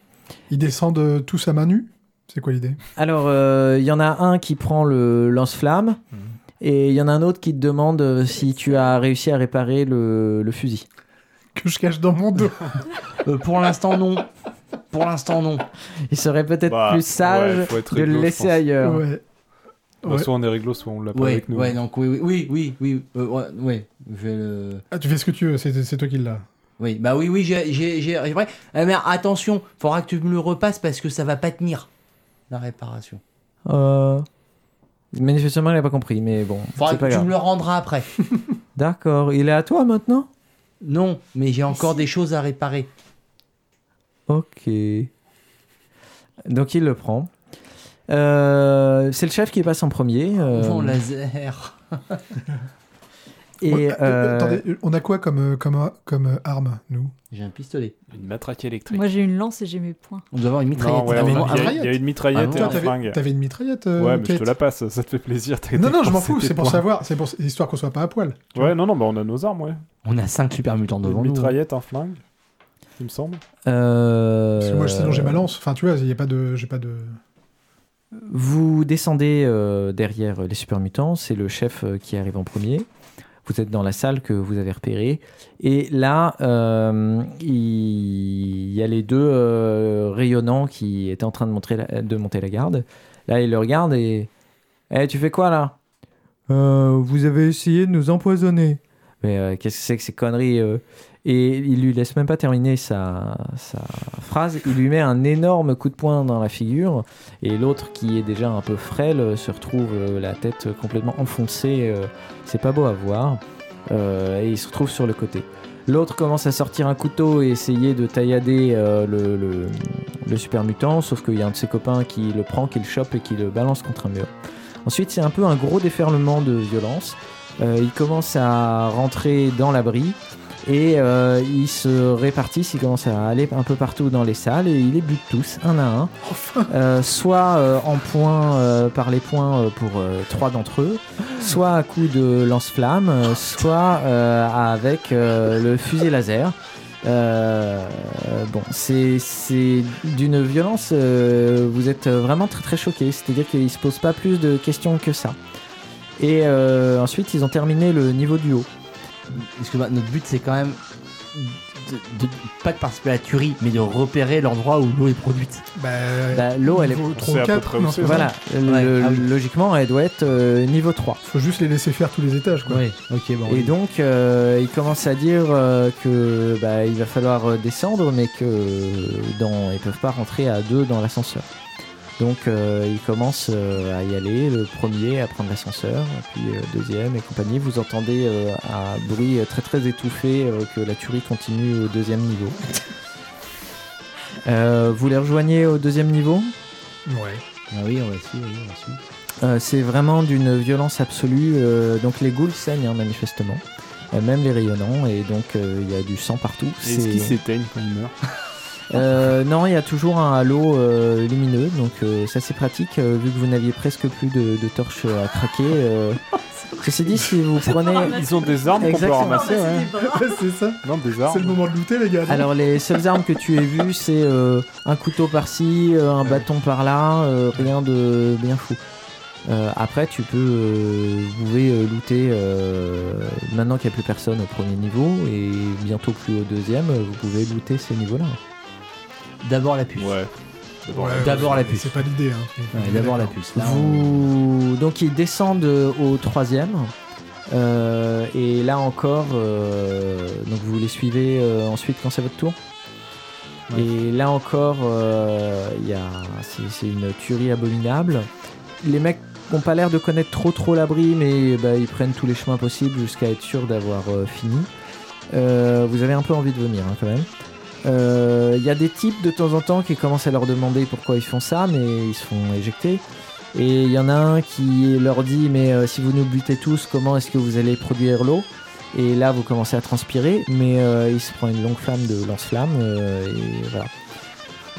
Speaker 5: Ils descendent euh, tous à main nue C'est quoi l'idée [LAUGHS]
Speaker 3: Alors, euh, il y en a un qui prend le lance-flamme. Et il y en a un autre qui te demande euh, si tu as réussi à réparer le, le fusil.
Speaker 5: Que je cache dans mon dos
Speaker 4: Euh, pour l'instant, non. Pour l'instant, non.
Speaker 3: Il serait peut-être
Speaker 7: Bah,
Speaker 3: plus sage
Speaker 7: ouais, faut être
Speaker 3: de le
Speaker 7: réglo, je
Speaker 3: laisser
Speaker 7: pense.
Speaker 3: ailleurs.
Speaker 5: Ouais.
Speaker 7: Bah,
Speaker 5: Ouais.
Speaker 7: Soit on est réglo, soit on l'a pas
Speaker 4: Ouais,
Speaker 7: avec nous.
Speaker 4: ouais, donc oui, oui, oui, oui, oui, euh, ouais, ouais, je vais le...
Speaker 5: Ah, tu fais ce que tu veux, c'est c'est toi qui l'as.
Speaker 4: Oui, bah oui, oui, j'ai, j'ai, j'ai, j'ai- vrai. Ah, mais attention, faudra que tu me le repasses parce que ça va pas tenir, la réparation.
Speaker 3: Euh... Manifestement, il n'a pas compris, mais bon,
Speaker 4: Faudra
Speaker 3: c'est
Speaker 4: que
Speaker 3: pas
Speaker 4: tu
Speaker 3: grave.
Speaker 4: me le rendras après.
Speaker 3: D'accord, il est à toi maintenant
Speaker 4: non, mais j'ai encore des choses à réparer.
Speaker 3: Ok. Donc il le prend. Euh, c'est le chef qui passe en premier. euh,
Speaker 4: Bon laser.
Speaker 3: et,
Speaker 5: Ouais,
Speaker 3: euh,
Speaker 5: Attendez, on a quoi comme, euh, comme, euh, comme euh, arme, nous
Speaker 4: J'ai un pistolet.
Speaker 7: Une matraque électrique.
Speaker 6: Moi, j'ai une lance et j'ai mes points.
Speaker 4: On doit avoir une mitraillette.
Speaker 7: Non, ouais,
Speaker 5: Ah, mais
Speaker 7: on
Speaker 5: moi,
Speaker 7: a- il y a-
Speaker 5: un
Speaker 7: il y a une
Speaker 4: Ah,
Speaker 7: mitraillette
Speaker 4: non.
Speaker 7: et un
Speaker 5: Toi, t'avais,
Speaker 7: fringue.
Speaker 5: t'avais une mitraillette euh,
Speaker 7: Ouais, mais je
Speaker 5: Kate
Speaker 7: te la passe, ça te fait plaisir. t'as
Speaker 5: Non,
Speaker 7: été
Speaker 5: non, je m'en
Speaker 7: coincé
Speaker 5: fous,
Speaker 7: tes
Speaker 5: c'est pour
Speaker 7: points.
Speaker 5: savoir, c'est pour c'est histoire qu'on soit pas à poil.
Speaker 7: Ouais, non, non, bah on a nos armes, ouais.
Speaker 4: On a 5 super mutants
Speaker 7: Une
Speaker 4: devant nous.
Speaker 7: mitraillette, un flingue, il me semble.
Speaker 3: euh,
Speaker 5: Parce que moi, sinon j'ai ma lance. Enfin, tu vois, il y a pas de, j'ai pas de.
Speaker 3: Vous descendez euh, derrière les super mutants, c'est le chef euh, qui arrive en premier. Vous êtes dans la salle que vous avez repérée. Et là, euh, il y a les deux euh, rayonnants qui étaient en train de, montrer la- de monter la garde. Là, ils le regardent et... Eh, tu fais quoi là Euh, Vous avez essayé de nous empoisonner. Mais euh, qu'est-ce que c'est que ces conneries euh Et il lui laisse même pas terminer sa, sa phrase. Il lui met un énorme coup de poing dans la figure. Et l'autre qui est déjà un peu frêle euh, se retrouve euh, la tête complètement enfoncée. euh, c'est pas beau à voir. Euh, et il se retrouve sur le côté. L'autre commence à sortir un couteau et essayer de taillader euh, le, le- le super mutant, sauf qu'il y a un de ses copains qui le prend, qui le chope et qui le balance contre un mur. Ensuite, c'est un peu un gros déferlement de violence. Euh, il commence à rentrer dans l'abri et euh, ils se répartissent, ils commencent à aller un peu partout dans les salles et ils les butent tous, un à un. Euh, soit euh, en points, euh, par les points euh, pour euh, trois d'entre eux, soit à coup de lance-flamme, euh, soit euh, avec euh, le fusil laser. Euh, bon, c'est c'est d'une violence, euh, vous êtes vraiment très très choqués, c'est-à-dire qu'ils se posent pas plus de questions que ça. Et euh, ensuite, ils ont terminé le niveau du haut.
Speaker 4: Parce que bah, notre but, c'est quand même de, de- pas de participer à la tuerie, mais de repérer l'endroit où l'eau est produite.
Speaker 5: Bah,
Speaker 3: Bah, L'eau, elle est
Speaker 5: niveau
Speaker 7: On sait
Speaker 5: 3
Speaker 7: à peu
Speaker 5: 4,
Speaker 7: près où
Speaker 5: non,
Speaker 7: c'est,
Speaker 5: c'est ça.
Speaker 3: Voilà,
Speaker 4: Ouais,
Speaker 3: le-
Speaker 4: ah oui.
Speaker 3: logiquement, elle doit être euh, niveau 3.
Speaker 5: Faut juste les laisser faire tous les étages, quoi.
Speaker 4: Ouais, ok, bon.
Speaker 3: Et donc, euh, il commence à dire euh, que bah, il va falloir euh, descendre, mais que euh, dans, ils peuvent pas rentrer à deux dans l'ascenseur. Donc, euh, il commence euh, à y aller. Le premier à prendre l'ascenseur, puis euh, deuxième et compagnie. Vous entendez euh, un bruit très très étouffé euh, que la tuerie continue au deuxième niveau. Euh, vous les rejoignez au deuxième niveau
Speaker 5: Ouais.
Speaker 4: Ah oui, on va suivre, oui, on va suivre.
Speaker 3: Euh, c'est vraiment d'une violence absolue. euh, donc les ghouls saignent hein, manifestement, Euh, même les rayonnants, et donc euh, il y a du sang partout.
Speaker 7: Et Est-ce
Speaker 3: C'est-
Speaker 7: qu'ils s'éteignent quand ils meurent
Speaker 3: Euh, non, il y a toujours un halo euh, lumineux, donc euh, ça c'est pratique euh, vu que vous n'aviez presque plus de, de torches à craquer.
Speaker 7: [LAUGHS]
Speaker 3: euh. Ceci dit, si vous prenez
Speaker 7: Ils ont des armes qu'on peut
Speaker 3: Exactement.
Speaker 7: ramasser,
Speaker 6: Ah, bah,
Speaker 7: ouais.
Speaker 6: c'est des bras.
Speaker 5: [LAUGHS] c'est ça.
Speaker 7: Non, des
Speaker 5: C'est le
Speaker 7: armes.
Speaker 5: moment de looter, les gars.
Speaker 3: Alors les seules armes que tu aies vues, c'est euh, un couteau par-ci, euh, un bâton par-là, euh, rien de bien fou. Euh, après, tu peux, euh, vous pouvez euh, looter euh, maintenant qu'il n'y a plus personne au premier niveau et bientôt plus au deuxième, euh, vous pouvez looter ces niveaux-là.
Speaker 4: D'abord la puce.
Speaker 7: Ouais. D'abord,
Speaker 5: Ouais,
Speaker 4: D'abord
Speaker 5: ouais,
Speaker 4: la
Speaker 5: c'est-
Speaker 4: puce.
Speaker 5: C'est pas l'idée. Hein.
Speaker 4: Ouais, d'abord la puce. Là, on-
Speaker 3: Vous... Donc ils descendent euh, au troisième. Euh, et là encore, euh, donc vous les suivez euh, ensuite quand c'est votre tour.
Speaker 4: Ouais.
Speaker 3: Et là encore, euh, il y a- c'est c'est une tuerie abominable. Les mecs n'ont pas l'air de connaître trop trop l'abri, mais bah, ils prennent tous les chemins possibles jusqu'à être sûrs d'avoir euh, fini. Euh, vous avez un peu envie de vomir hein, quand même. Euh, Il y a des types de temps en temps qui commencent à leur demander pourquoi ils font ça, mais ils se font éjecter. Et il y en a un qui leur dit mais euh, si vous nous butez tous, comment est-ce que vous allez produire l'eau Et là, vous commencez à transpirer, mais euh, il se prend une longue flamme de lance-flamme euh, et voilà.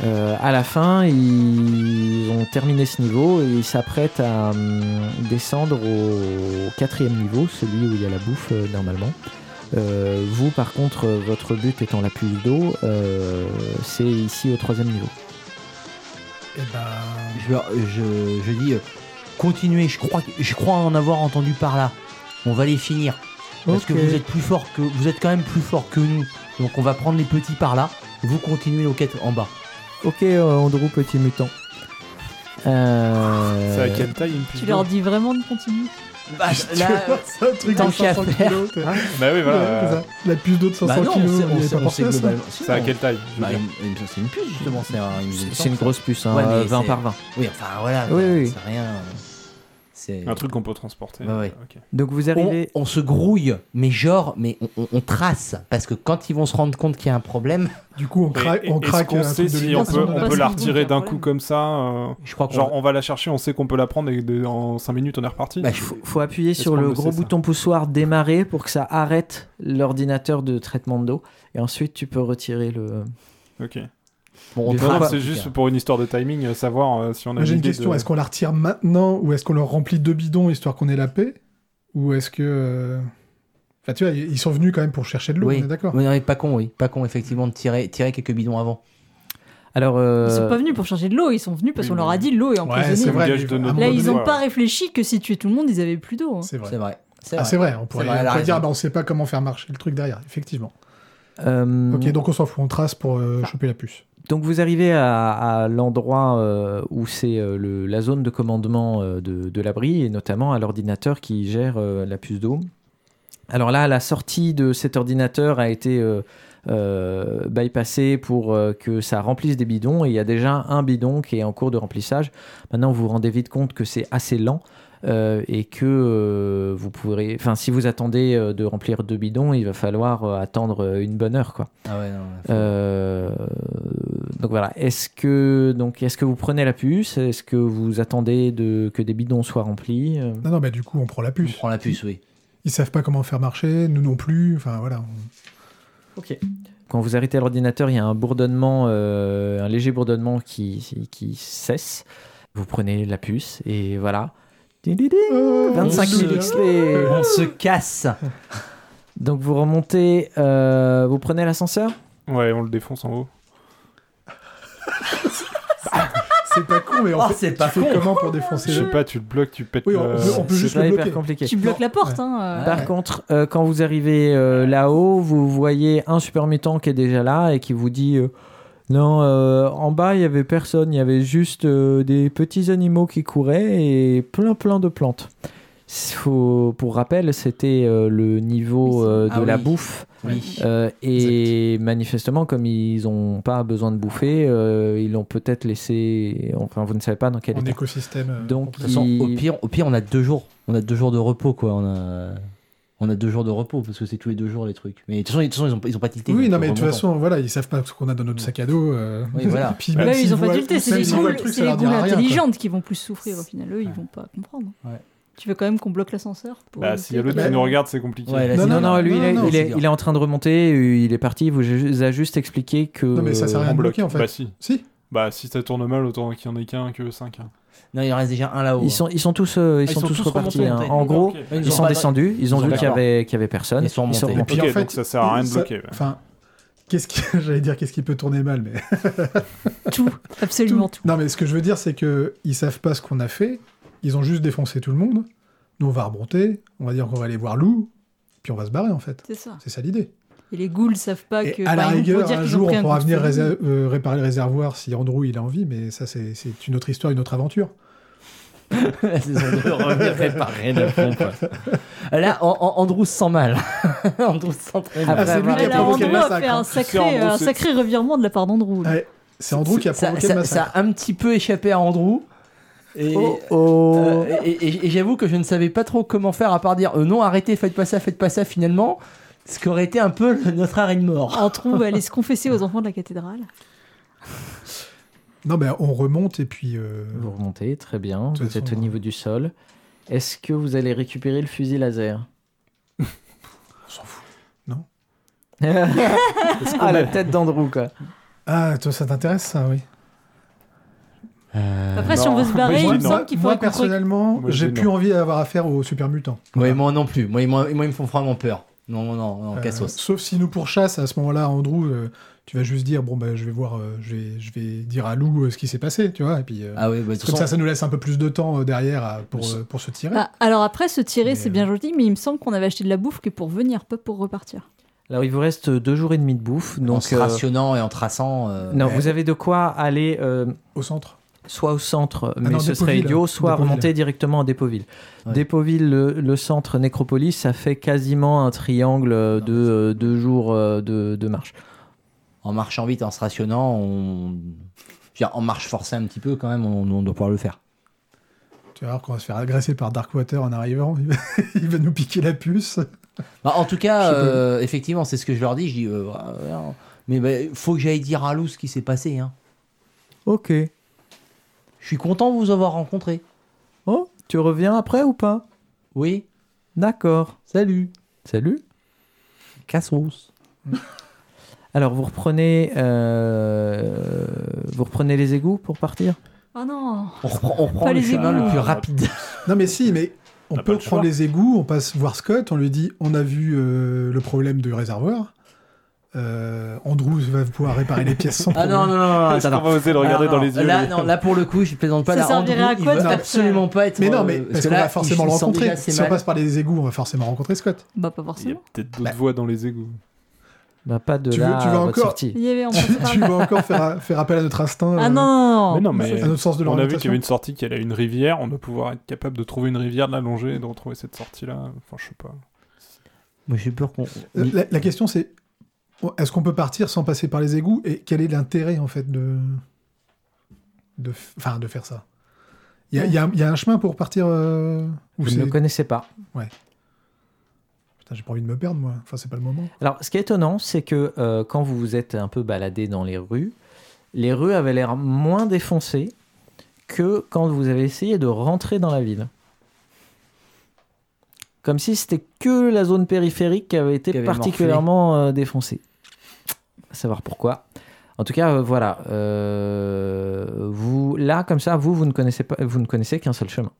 Speaker 3: Euh, à la fin, ils ont terminé ce niveau et ils s'apprêtent à hum, descendre au quatrième niveau, celui où il y a la bouffe euh, normalement. Euh, vous, par contre, euh, votre but étant la puce d'eau, euh, c'est ici au troisième niveau.
Speaker 5: Et bah.
Speaker 4: Je, leur- je, je dis, euh, continuez, je crois, que- je crois en avoir entendu par là. On va les finir. Parce que
Speaker 3: Ok.
Speaker 4: vous êtes plus fort que vous êtes quand même plus fort que nous. Donc on va prendre les petits par là. Vous continuez nos quêtes en bas.
Speaker 3: Ok, euh, Andrew, petit mutant. Euh,
Speaker 7: C'est à quelle taille une puce
Speaker 6: Tu
Speaker 7: d'eau
Speaker 6: leur dis vraiment de continuer.
Speaker 4: Bah, [LAUGHS] là,
Speaker 5: c'est un truc
Speaker 4: tant
Speaker 5: de
Speaker 4: qu'à
Speaker 5: 500
Speaker 4: faire.
Speaker 5: kilos. t'as-
Speaker 7: Bah
Speaker 5: Ouais,
Speaker 7: oui, voilà.
Speaker 5: c'est
Speaker 7: euh,
Speaker 5: ça. La puce d'eau de 500
Speaker 4: bah non, on
Speaker 5: kilos,
Speaker 4: sait,
Speaker 5: il
Speaker 4: on
Speaker 5: n'y
Speaker 4: sait,
Speaker 5: pas
Speaker 4: on
Speaker 5: pensé
Speaker 4: sait
Speaker 5: à ça.
Speaker 4: globalement.
Speaker 7: C'est à quelle taille je veux
Speaker 4: Bah,
Speaker 7: dire.
Speaker 4: une- une- c'est une puce justement, c'est un- une-
Speaker 3: C'est c'est une grosse puce, hein,
Speaker 4: Ouais, mais
Speaker 3: 20
Speaker 4: c'est-
Speaker 3: par 20.
Speaker 4: Oui, enfin voilà,
Speaker 3: Oui, oui.
Speaker 4: c'est rien. C'est...
Speaker 7: Un truc qu'on peut transporter.
Speaker 4: Bah Ouais, ouais.
Speaker 7: Ok.
Speaker 3: Donc vous
Speaker 4: On,
Speaker 3: arrivez.
Speaker 4: on se grouille, mais genre, mais on, on- on trace. Parce que quand ils vont se rendre compte qu'il y a un problème,
Speaker 5: Du coup, on, cra-
Speaker 7: Et- et-
Speaker 5: on
Speaker 7: est-ce
Speaker 5: craque.
Speaker 7: qu'on
Speaker 5: un
Speaker 7: sait
Speaker 5: truc de
Speaker 7: si
Speaker 5: lumière,
Speaker 7: on
Speaker 5: parce qu'on en a
Speaker 7: peut,
Speaker 5: pas-
Speaker 7: on peut
Speaker 6: parce
Speaker 7: la
Speaker 6: qu'on
Speaker 7: retirer
Speaker 6: peut
Speaker 7: d'un
Speaker 6: faire
Speaker 7: coup comme ça euh,
Speaker 4: je crois qu'on
Speaker 7: Genre on va la chercher, on sait qu'on peut la prendre et de- en 5 minutes on est reparti.
Speaker 4: Bah, je-
Speaker 3: Faut, faut appuyer
Speaker 7: Est-ce
Speaker 3: sur
Speaker 7: qu'on
Speaker 3: le
Speaker 7: le
Speaker 3: gros
Speaker 7: sait, ça
Speaker 3: bouton poussoir démarrer pour que ça arrête l'ordinateur de traitement d'eau. Et ensuite, tu peux retirer le.
Speaker 7: Ok.
Speaker 4: bon, on
Speaker 3: Mais
Speaker 7: Non, non,
Speaker 4: trace, en
Speaker 7: c'est
Speaker 4: tout
Speaker 7: juste
Speaker 4: cas.
Speaker 7: pour une histoire de timing, euh, savoir euh, si on a
Speaker 5: Moi, J'ai une
Speaker 7: idée
Speaker 5: question.
Speaker 7: de-
Speaker 5: Est-ce qu'on la retire maintenant ou est-ce qu'on leur remplit deux bidons histoire qu'on ait la paix Ou est-ce que. euh, Enfin, tu vois, ils sont venus quand même pour chercher de l'eau,
Speaker 4: Oui.
Speaker 5: on est d'accord
Speaker 4: Oui, non, mais pas con, oui. Pas con, effectivement, de tirer, tirer quelques bidons avant.
Speaker 3: Alors.
Speaker 6: Ils
Speaker 3: euh,
Speaker 6: sont pas venus pour chercher de l'eau, ils sont venus parce
Speaker 7: oui,
Speaker 6: qu'on
Speaker 7: mais-
Speaker 6: leur a dit l'eau
Speaker 5: Ouais,
Speaker 6: est empoisonnée.
Speaker 5: c'est
Speaker 7: Comme
Speaker 5: vrai.
Speaker 7: gage
Speaker 5: mais
Speaker 7: de
Speaker 5: à un
Speaker 7: notre-
Speaker 5: moment
Speaker 6: Là, ils
Speaker 5: donné,
Speaker 6: ont
Speaker 7: Ouais,
Speaker 6: pas
Speaker 7: ouais.
Speaker 6: réfléchi que si tuer tout le monde, ils avaient plus d'eau. hein.
Speaker 5: C'est vrai.
Speaker 4: C'est vrai. C'est
Speaker 5: Ah, c'est vrai, on pourrait,
Speaker 4: vrai, elle
Speaker 5: on
Speaker 4: a
Speaker 5: pourrait dire,
Speaker 4: raison.
Speaker 5: bah, on sait pas comment faire marcher le truc derrière, effectivement.
Speaker 4: Mm.
Speaker 3: euh,
Speaker 5: Ok, donc on s'en fout, on trace pour euh, choper la puce.
Speaker 3: Donc vous arrivez à, à l'endroit euh, où c'est euh, le- la zone de commandement euh, de, de l'abri et notamment à l'ordinateur qui gère euh, la puce d'eau. Alors là, la sortie de cet ordinateur a été euh, euh, bypassée pour euh, que ça remplisse des bidons et il y a déjà un bidon qui est en cours de remplissage. Maintenant, vous vous rendez vite compte que c'est assez lent euh, et que euh, vous pourrez, enfin, si vous attendez euh, de remplir deux bidons, il va falloir euh, attendre euh, une bonne heure, quoi.
Speaker 4: Ah ouais, non, faut-
Speaker 3: Euh, donc voilà, est-ce que, donc, est-ce que vous prenez la puce Est-ce que vous attendez de, que des bidons soient remplis Euh,
Speaker 5: Non, non, mais du coup, on prend la
Speaker 4: on
Speaker 5: puce.
Speaker 4: prend la puce, oui.
Speaker 5: Ils savent pas comment faire marcher, nous non plus. Enfin, voilà. on-
Speaker 3: Quand vous arrêtez l'ordinateur, il y a un bourdonnement, euh, un léger bourdonnement qui, qui cesse. Vous prenez la puce et voilà. Ding, ding, ding,
Speaker 5: Oh,
Speaker 3: 25
Speaker 5: on se-
Speaker 3: 000 XP.
Speaker 5: Oh.
Speaker 4: On se casse.
Speaker 3: Donc vous remontez, euh, vous prenez l'ascenseur
Speaker 7: Ouais, on le défonce en haut.
Speaker 5: C'est pas con, mais en
Speaker 4: Oh,
Speaker 5: fait,
Speaker 4: c'est
Speaker 5: tu
Speaker 4: pas
Speaker 5: fais
Speaker 4: con.
Speaker 5: comment pour
Speaker 7: Je
Speaker 5: défoncer
Speaker 7: sais
Speaker 5: le...
Speaker 7: pas, tu le bloques, tu pètes
Speaker 5: Oui, on
Speaker 7: le-
Speaker 5: peut- on peut
Speaker 7: c'est-
Speaker 5: juste
Speaker 3: C'est pas
Speaker 5: le
Speaker 3: hyper
Speaker 5: bloquer.
Speaker 3: compliqué.
Speaker 6: Tu bloques la porte. hein,
Speaker 4: Ah
Speaker 6: euh.
Speaker 3: Par contre, euh, quand vous arrivez euh, là-haut, vous voyez un super mutant qui est déjà là et qui vous dit euh, Non, euh, en bas, il n'y avait personne, il y avait juste euh, des petits animaux qui couraient et plein, plein de plantes. Faut- pour rappel, c'était euh, le niveau euh, de
Speaker 4: Ah
Speaker 3: la
Speaker 4: oui.
Speaker 3: bouffe.
Speaker 4: Oui.
Speaker 3: euh, et manifestement, comme ils n'ont pas besoin de bouffer, euh, ils l'ont peut-être laissé. Enfin, vous ne savez pas dans quel
Speaker 5: en
Speaker 3: état.
Speaker 5: écosystème euh,
Speaker 3: Donc,
Speaker 5: complet.
Speaker 4: De toute façon,
Speaker 3: Il-
Speaker 4: au pire, au pire, on a deux jours. On a deux jours de repos, quoi. On a, on a deux jours de repos parce que c'est tous les deux jours les trucs. Mais de toute façon, de toute façon, ils ont, pas- ils ont pas tilté.
Speaker 5: Oui,
Speaker 4: donc
Speaker 5: non, mais de toute
Speaker 4: remontons.
Speaker 5: façon, voilà, ils savent pas ce qu'on a dans notre
Speaker 7: Mm.
Speaker 5: sac à dos. euh.
Speaker 4: Oui, voilà.
Speaker 5: [LAUGHS] Puis
Speaker 7: Bah
Speaker 5: même
Speaker 6: Là,
Speaker 5: s'ils
Speaker 6: ils ont pas
Speaker 5: voient-
Speaker 6: tilté, c'est
Speaker 5: même
Speaker 6: les
Speaker 5: s'ils voient
Speaker 6: goules,
Speaker 5: le truc,
Speaker 6: c'est
Speaker 5: ça
Speaker 6: les
Speaker 5: leur dira
Speaker 6: goules
Speaker 5: rien, quoi.
Speaker 6: intelligentes qui vont plus souffrir au final. Eux, ils
Speaker 4: Ouais.
Speaker 6: vont pas comprendre.
Speaker 4: Ouais.
Speaker 6: Tu veux quand même qu'on bloque l'ascenseur pour
Speaker 7: Bah,
Speaker 6: éviter-
Speaker 7: s'il y a l'autre
Speaker 5: Bah,
Speaker 7: qui nous regarde, c'est compliqué.
Speaker 4: Ouais, là,
Speaker 5: Non,
Speaker 4: c'est-
Speaker 3: Non, non, lui, il, est,
Speaker 5: non,
Speaker 3: il
Speaker 4: c'est
Speaker 3: est-
Speaker 4: bien.
Speaker 3: il est en train de remonter, il est parti, il vous a juste expliqué que.
Speaker 5: Non, mais ça sert à
Speaker 3: euh,
Speaker 5: rien.
Speaker 7: on
Speaker 5: de
Speaker 7: bloque.
Speaker 5: bloquer, en fait.
Speaker 7: Bah si.
Speaker 5: Si,
Speaker 7: Bah si ça tourne mal, autant qu'il y en ait qu'un que hein. 5.
Speaker 4: Non, il en reste déjà un là-haut. hein.
Speaker 3: Ils sont, ils sont tous, euh, ils
Speaker 4: Ah,
Speaker 3: sont tous, repartis.
Speaker 4: remontés,
Speaker 3: hein.
Speaker 4: peut-être.
Speaker 3: En gros,
Speaker 7: Ok.
Speaker 4: Ils
Speaker 3: ils
Speaker 4: ont
Speaker 3: sont
Speaker 4: pas-
Speaker 3: descendus, ils ont
Speaker 4: sont
Speaker 3: vu qu'il y
Speaker 4: d'accord.
Speaker 3: avait, qu'il y avait personne.
Speaker 4: Ils sont remontés.
Speaker 5: Et puis,
Speaker 7: Ok,
Speaker 5: en fait,
Speaker 7: donc ça sert à rien de
Speaker 5: ça-
Speaker 7: bloquer. ouais.
Speaker 5: Enfin, qu'est-ce qui, [LAUGHS] j'allais dire, qu'est-ce qui peut tourner mal, mais
Speaker 6: Tout, absolument tout.
Speaker 5: non, mais ce que je veux dire, c'est que ils savent pas ce qu'on a fait. Ils ont juste défoncé tout le monde. Nous, on va remonter. On va dire qu'on va aller voir Lou, puis on va se barrer, en fait.
Speaker 6: C'est ça.
Speaker 5: C'est ça l'idée.
Speaker 6: Et les ghouls savent pas que.
Speaker 5: Et à la
Speaker 6: par exemple, pour
Speaker 5: rigueur,
Speaker 6: dire
Speaker 5: un
Speaker 6: qu'ils ont
Speaker 5: jour,
Speaker 6: pris
Speaker 5: on
Speaker 6: un
Speaker 5: pourra
Speaker 6: coup de
Speaker 5: venir
Speaker 6: folie.
Speaker 5: réser- euh, réparer le réservoir si Andrew il a envie, mais ça, c'est- c'est une autre histoire, une autre aventure.
Speaker 4: La saison 2 revient réparer le fond, quoi. [LAUGHS] Là, An- An- Andrew se sent mal. [LAUGHS] Andrew se sent très mal.
Speaker 3: Après
Speaker 5: c'est lui
Speaker 3: avoir-
Speaker 5: qui a
Speaker 6: Alors,
Speaker 5: provoqué le
Speaker 6: Andrew a
Speaker 5: massacre.
Speaker 6: fait un
Speaker 5: hein.
Speaker 7: sais,
Speaker 6: sacré,
Speaker 7: Andrew,
Speaker 6: un
Speaker 7: c'est-
Speaker 6: sacré revirement de la part d'Andrew. là.
Speaker 5: Ouais, c'est Andrew qui a
Speaker 4: ça,
Speaker 5: provoqué le
Speaker 4: ça-
Speaker 5: massacre.
Speaker 4: ça a un petit peu échappé à Andrew. Et,
Speaker 3: Oh, oh.
Speaker 4: euh, et- et- et j'avoue que je ne savais pas trop comment faire à part dire euh, non, arrêtez, faites pas ça, faites pas ça finalement. Ce qui aurait été un peu le- notre arrêt de mort.
Speaker 6: Andrew va aller se confesser aux enfants de la cathédrale.
Speaker 5: Non, mais on remonte et puis. euh,
Speaker 3: Vous remontez, très bien. Vous
Speaker 5: toute façon,
Speaker 3: êtes au
Speaker 5: euh,
Speaker 3: niveau du sol. Est-ce que vous allez récupérer le fusil laser
Speaker 5: [LAUGHS] on s'en fout.
Speaker 3: [LAUGHS] Ah, la
Speaker 7: a-
Speaker 3: tête d'Andrew, quoi.
Speaker 5: Ah, toi, ça t'intéresse, ça, oui.
Speaker 6: Après, si on veut se barrer,
Speaker 7: Moi,
Speaker 6: il
Speaker 7: je
Speaker 6: me
Speaker 7: dis non.
Speaker 6: semble qu'il faut
Speaker 5: Moi,
Speaker 6: un contre-
Speaker 5: personnellement,
Speaker 7: Moi, je
Speaker 5: j'ai
Speaker 7: dis
Speaker 5: plus
Speaker 7: non.
Speaker 5: envie d'avoir affaire aux super mutants.
Speaker 4: Ouais, moi non plus. Moi, ils m'ont- moi, ils me font vraiment peur. Non, non, non,
Speaker 5: Euh,
Speaker 4: cassos.
Speaker 5: sauf si nous pourchassent à ce moment-là, Andrew, euh, tu vas juste dire bon, bah, je vais voir, euh, je, vais, je vais dire à Lou euh, ce qui s'est passé, tu vois, et puis. euh,
Speaker 4: Ah oui, bah, de toute
Speaker 5: Comme
Speaker 4: façon-
Speaker 5: ça, ça nous laisse un peu plus de temps euh, derrière à- pour,
Speaker 4: Ça-
Speaker 5: euh, pour se tirer.
Speaker 6: Ah, alors après, se tirer,
Speaker 5: Mais,
Speaker 6: c'est bien gentil, mais il me semble qu'on avait acheté de la bouffe que pour venir, pas pour repartir.
Speaker 3: Alors, il vous reste deux jours et demi de bouffe.
Speaker 4: en
Speaker 3: Donc,
Speaker 4: se
Speaker 3: euh,
Speaker 4: rationnant et en traçant. euh,
Speaker 3: non, vous avez de quoi aller. euh,
Speaker 5: Au centre.
Speaker 3: soit au centre, mais
Speaker 5: non,
Speaker 3: ce serait
Speaker 5: Dépauville.
Speaker 3: idiot, soit
Speaker 5: Dépauville.
Speaker 3: remonter directement à Dépauville.
Speaker 4: Ouais.
Speaker 3: Dépauville, le, le centre Nécropolis, ça fait quasiment un triangle euh, de euh, deux jours euh, de, de marche.
Speaker 4: En marchant vite, en se rationnant, on. je veux dire, en marche forcée un petit peu, quand même, on, on doit pouvoir le faire.
Speaker 5: Tu Tu vas voir qu'on va se faire agresser par Darkwater en arrivant. [LAUGHS] Il va, il va nous piquer la puce.
Speaker 4: Bah, en tout
Speaker 5: Je
Speaker 4: cas,
Speaker 5: sais pas.
Speaker 4: euh, effectivement, c'est ce que je leur dis. Je dis, euh, ouais, ouais, non. mais bah, faut que j'aille dire à Lou ce qui s'est passé. hein.
Speaker 3: Ok.
Speaker 4: Je suis content de vous avoir rencontré.
Speaker 3: Oh, tu reviens après ou pas
Speaker 4: Oui.
Speaker 3: D'accord.
Speaker 4: Salut.
Speaker 3: Salut.
Speaker 4: Cassos.
Speaker 3: [LAUGHS] Alors, vous reprenez, euh, vous reprenez les égouts pour partir
Speaker 6: Oh non
Speaker 4: On reprend, on reprend
Speaker 6: Pas
Speaker 4: le
Speaker 6: les
Speaker 4: chemin
Speaker 6: égouts.
Speaker 4: le plus rapide.
Speaker 5: Non, mais si, mais on
Speaker 7: T'as pas
Speaker 5: peut
Speaker 7: le choix.
Speaker 5: prendre les égouts, on passe voir Scott, on lui dit on a vu euh, le problème du réservoir. Euh, Andrew va pouvoir réparer les pièces sans
Speaker 4: Ah
Speaker 5: problème.
Speaker 4: non, non, non, non,
Speaker 7: Est-ce
Speaker 4: attends,
Speaker 7: qu'on va oser le
Speaker 4: Ah,
Speaker 7: regarder
Speaker 4: non,
Speaker 7: dans
Speaker 4: non.
Speaker 7: les yeux
Speaker 4: Là,
Speaker 7: lui
Speaker 4: non, là, pour le coup, je plaisante pas.
Speaker 6: Ça
Speaker 4: là,
Speaker 6: servirait
Speaker 4: Andrew,
Speaker 6: à
Speaker 4: il
Speaker 6: quoi de
Speaker 4: veut
Speaker 6: faire ça
Speaker 4: absolument pas être.
Speaker 5: Mais non, mais
Speaker 4: euh,
Speaker 5: parce qu'on va
Speaker 4: là,
Speaker 5: forcément
Speaker 4: il
Speaker 5: le
Speaker 4: s'en
Speaker 5: rencontrer.
Speaker 4: dégueule, c'est
Speaker 5: Si on
Speaker 4: mal.
Speaker 5: passe par les égouts, on va forcément rencontrer Scott.
Speaker 6: Bah pas
Speaker 7: Il y a
Speaker 6: forcément.
Speaker 7: peut-être d'autres
Speaker 5: Bah.
Speaker 7: voies dans les égouts.
Speaker 3: Bah, pas de
Speaker 5: Tu
Speaker 3: là
Speaker 5: veux- tu
Speaker 3: à
Speaker 5: veux
Speaker 3: votre
Speaker 5: encore
Speaker 3: sortie.
Speaker 6: Il y
Speaker 5: [LAUGHS]
Speaker 6: avait, on
Speaker 5: tu,
Speaker 6: pensait pas.
Speaker 5: tu vas encore faire, faire appel à notre instinct,
Speaker 6: Ah
Speaker 5: euh,
Speaker 6: non,
Speaker 4: Oh.
Speaker 6: non, non.
Speaker 7: mais non, mais
Speaker 5: à notre sens de
Speaker 7: on a vu
Speaker 5: l'orientation.
Speaker 7: qu'il y avait une sortie qui allait à une rivière. On doit pouvoir être capable de trouver une rivière, de la longer et de retrouver cette sortie-là. Enfin, je sais pas.
Speaker 4: Moi, j'ai peur qu'on.
Speaker 5: Euh, La, la question c'est est-ce qu'on peut partir sans passer par les égouts et quel est l'intérêt en fait de de f- enfin de faire ça Il y, a- il y a- il y a un chemin pour partir euh, où
Speaker 3: Vous ne
Speaker 5: c'est
Speaker 3: le connaissez pas.
Speaker 5: Putain, j'ai pas envie de me perdre moi. Enfin c'est pas le moment.
Speaker 3: Alors, ce qui est étonnant, c'est que euh, quand vous vous êtes un peu baladé dans les rues, les rues avaient l'air moins défoncées que quand vous avez essayé de rentrer dans la ville. Comme si c'était que la zone périphérique qui avait été
Speaker 4: Qui avait
Speaker 3: particulièrement euh, défoncée. À savoir pourquoi. En tout cas, euh, voilà. euh, vous, là, comme ça, vous, vous ne connaissez pas, vous ne connaissez qu'un seul chemin.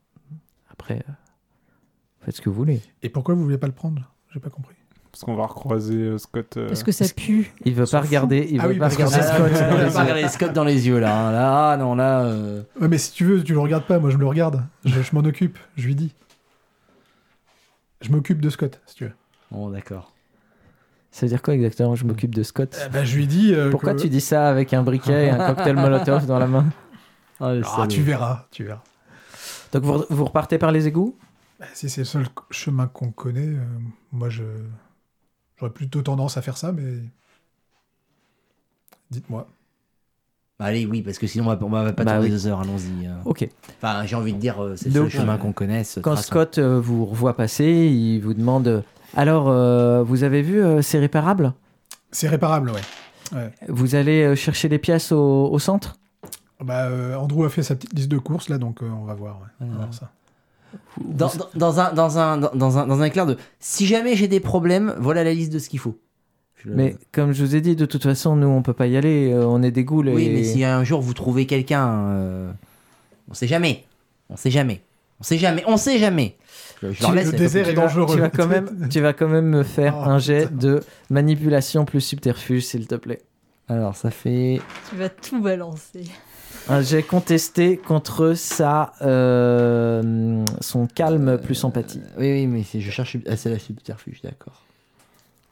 Speaker 3: Après, euh, faites ce que vous voulez.
Speaker 5: Et pourquoi vous voulez pas le prendre J'ai pas compris.
Speaker 7: Parce qu'on va recroiser euh, Scott. euh,
Speaker 6: Parce que ça pue.
Speaker 3: Il veut pas
Speaker 5: fout.
Speaker 3: regarder. Il
Speaker 5: Ah
Speaker 3: veut
Speaker 5: oui,
Speaker 3: pas
Speaker 5: parce que
Speaker 3: regarder.
Speaker 5: c'est-
Speaker 3: Scott
Speaker 5: Ah,
Speaker 3: dans les
Speaker 4: On
Speaker 5: ouais, ouais,
Speaker 3: yeux.
Speaker 4: va pas regarder Scott dans les yeux, là. hein. Là, ah, non, là. euh,
Speaker 5: Ouais, mais si tu veux, tu le regardes pas. Moi je me le regarde. Je, je m'en occupe. Je lui dis. Je m'occupe de Scott si tu veux.
Speaker 4: Bon, d'accord.
Speaker 3: Ça veut dire quoi exactement Je m'occupe de Scott.
Speaker 5: Eh ben, je lui dis. euh,
Speaker 3: Pourquoi
Speaker 5: que-
Speaker 3: tu dis ça avec un briquet et un cocktail Molotov dans la main
Speaker 4: Ah, le
Speaker 5: Ah
Speaker 4: salaud.
Speaker 5: tu verras, tu verras.
Speaker 3: [LAUGHS] Donc vous, vous repartez par les égouts
Speaker 5: Bah, si c'est le seul chemin qu'on connaît, euh, moi je j'aurais plutôt tendance à faire ça, mais dites-moi.
Speaker 4: Bah, allez, oui, parce que sinon, on va, on va pas
Speaker 3: Bah
Speaker 4: tourner
Speaker 3: oui.
Speaker 4: deux heures, allons-y. hein.
Speaker 3: Ok.
Speaker 4: Enfin, j'ai envie de dire, euh, c'est le
Speaker 3: Donc,
Speaker 4: seul chemin qu'on connaisse.
Speaker 3: Quand
Speaker 4: traçons.
Speaker 3: Scott euh, vous revoit passer, il vous demande euh, Alors, euh, vous avez vu, euh, c'est réparable
Speaker 5: C'est réparable, ouais.
Speaker 3: Vous allez euh, chercher des pièces au, au centre
Speaker 5: Bah, euh, Andrew a fait sa petite liste de courses là, donc euh, on va voir. ouais. On va voir ça.
Speaker 4: Dans, dans- dans un, dans, un, dans, dans un, dans un éclair de si jamais j'ai des problèmes, voilà la liste de ce qu'il faut. Je-
Speaker 3: Mais comme je vous ai dit, de toute façon, nous, on peut pas y aller. euh, on est des goules.
Speaker 4: Oui,
Speaker 3: et-
Speaker 4: mais si un jour vous trouvez quelqu'un, euh, on sait jamais. On sait jamais. On sait jamais. On sait jamais. Je, je leur
Speaker 5: Le
Speaker 4: laisse, la
Speaker 5: désert
Speaker 4: copie.
Speaker 5: est
Speaker 3: Tu vas-
Speaker 5: dangereux.
Speaker 3: Tu vas, quand même, tu vas quand même me faire
Speaker 5: [LAUGHS] Oh,
Speaker 3: un jet
Speaker 5: putain.
Speaker 3: de manipulation plus subterfuge, s'il te plaît.
Speaker 4: Alors ça fait.
Speaker 6: Tu vas tout balancer.
Speaker 3: Un jet Euh, contesté contre sa, euh, son calme plus empathie.
Speaker 4: Oui, oui, mais c'est- je cherche. Ah, c'est la subterfuge, d'accord.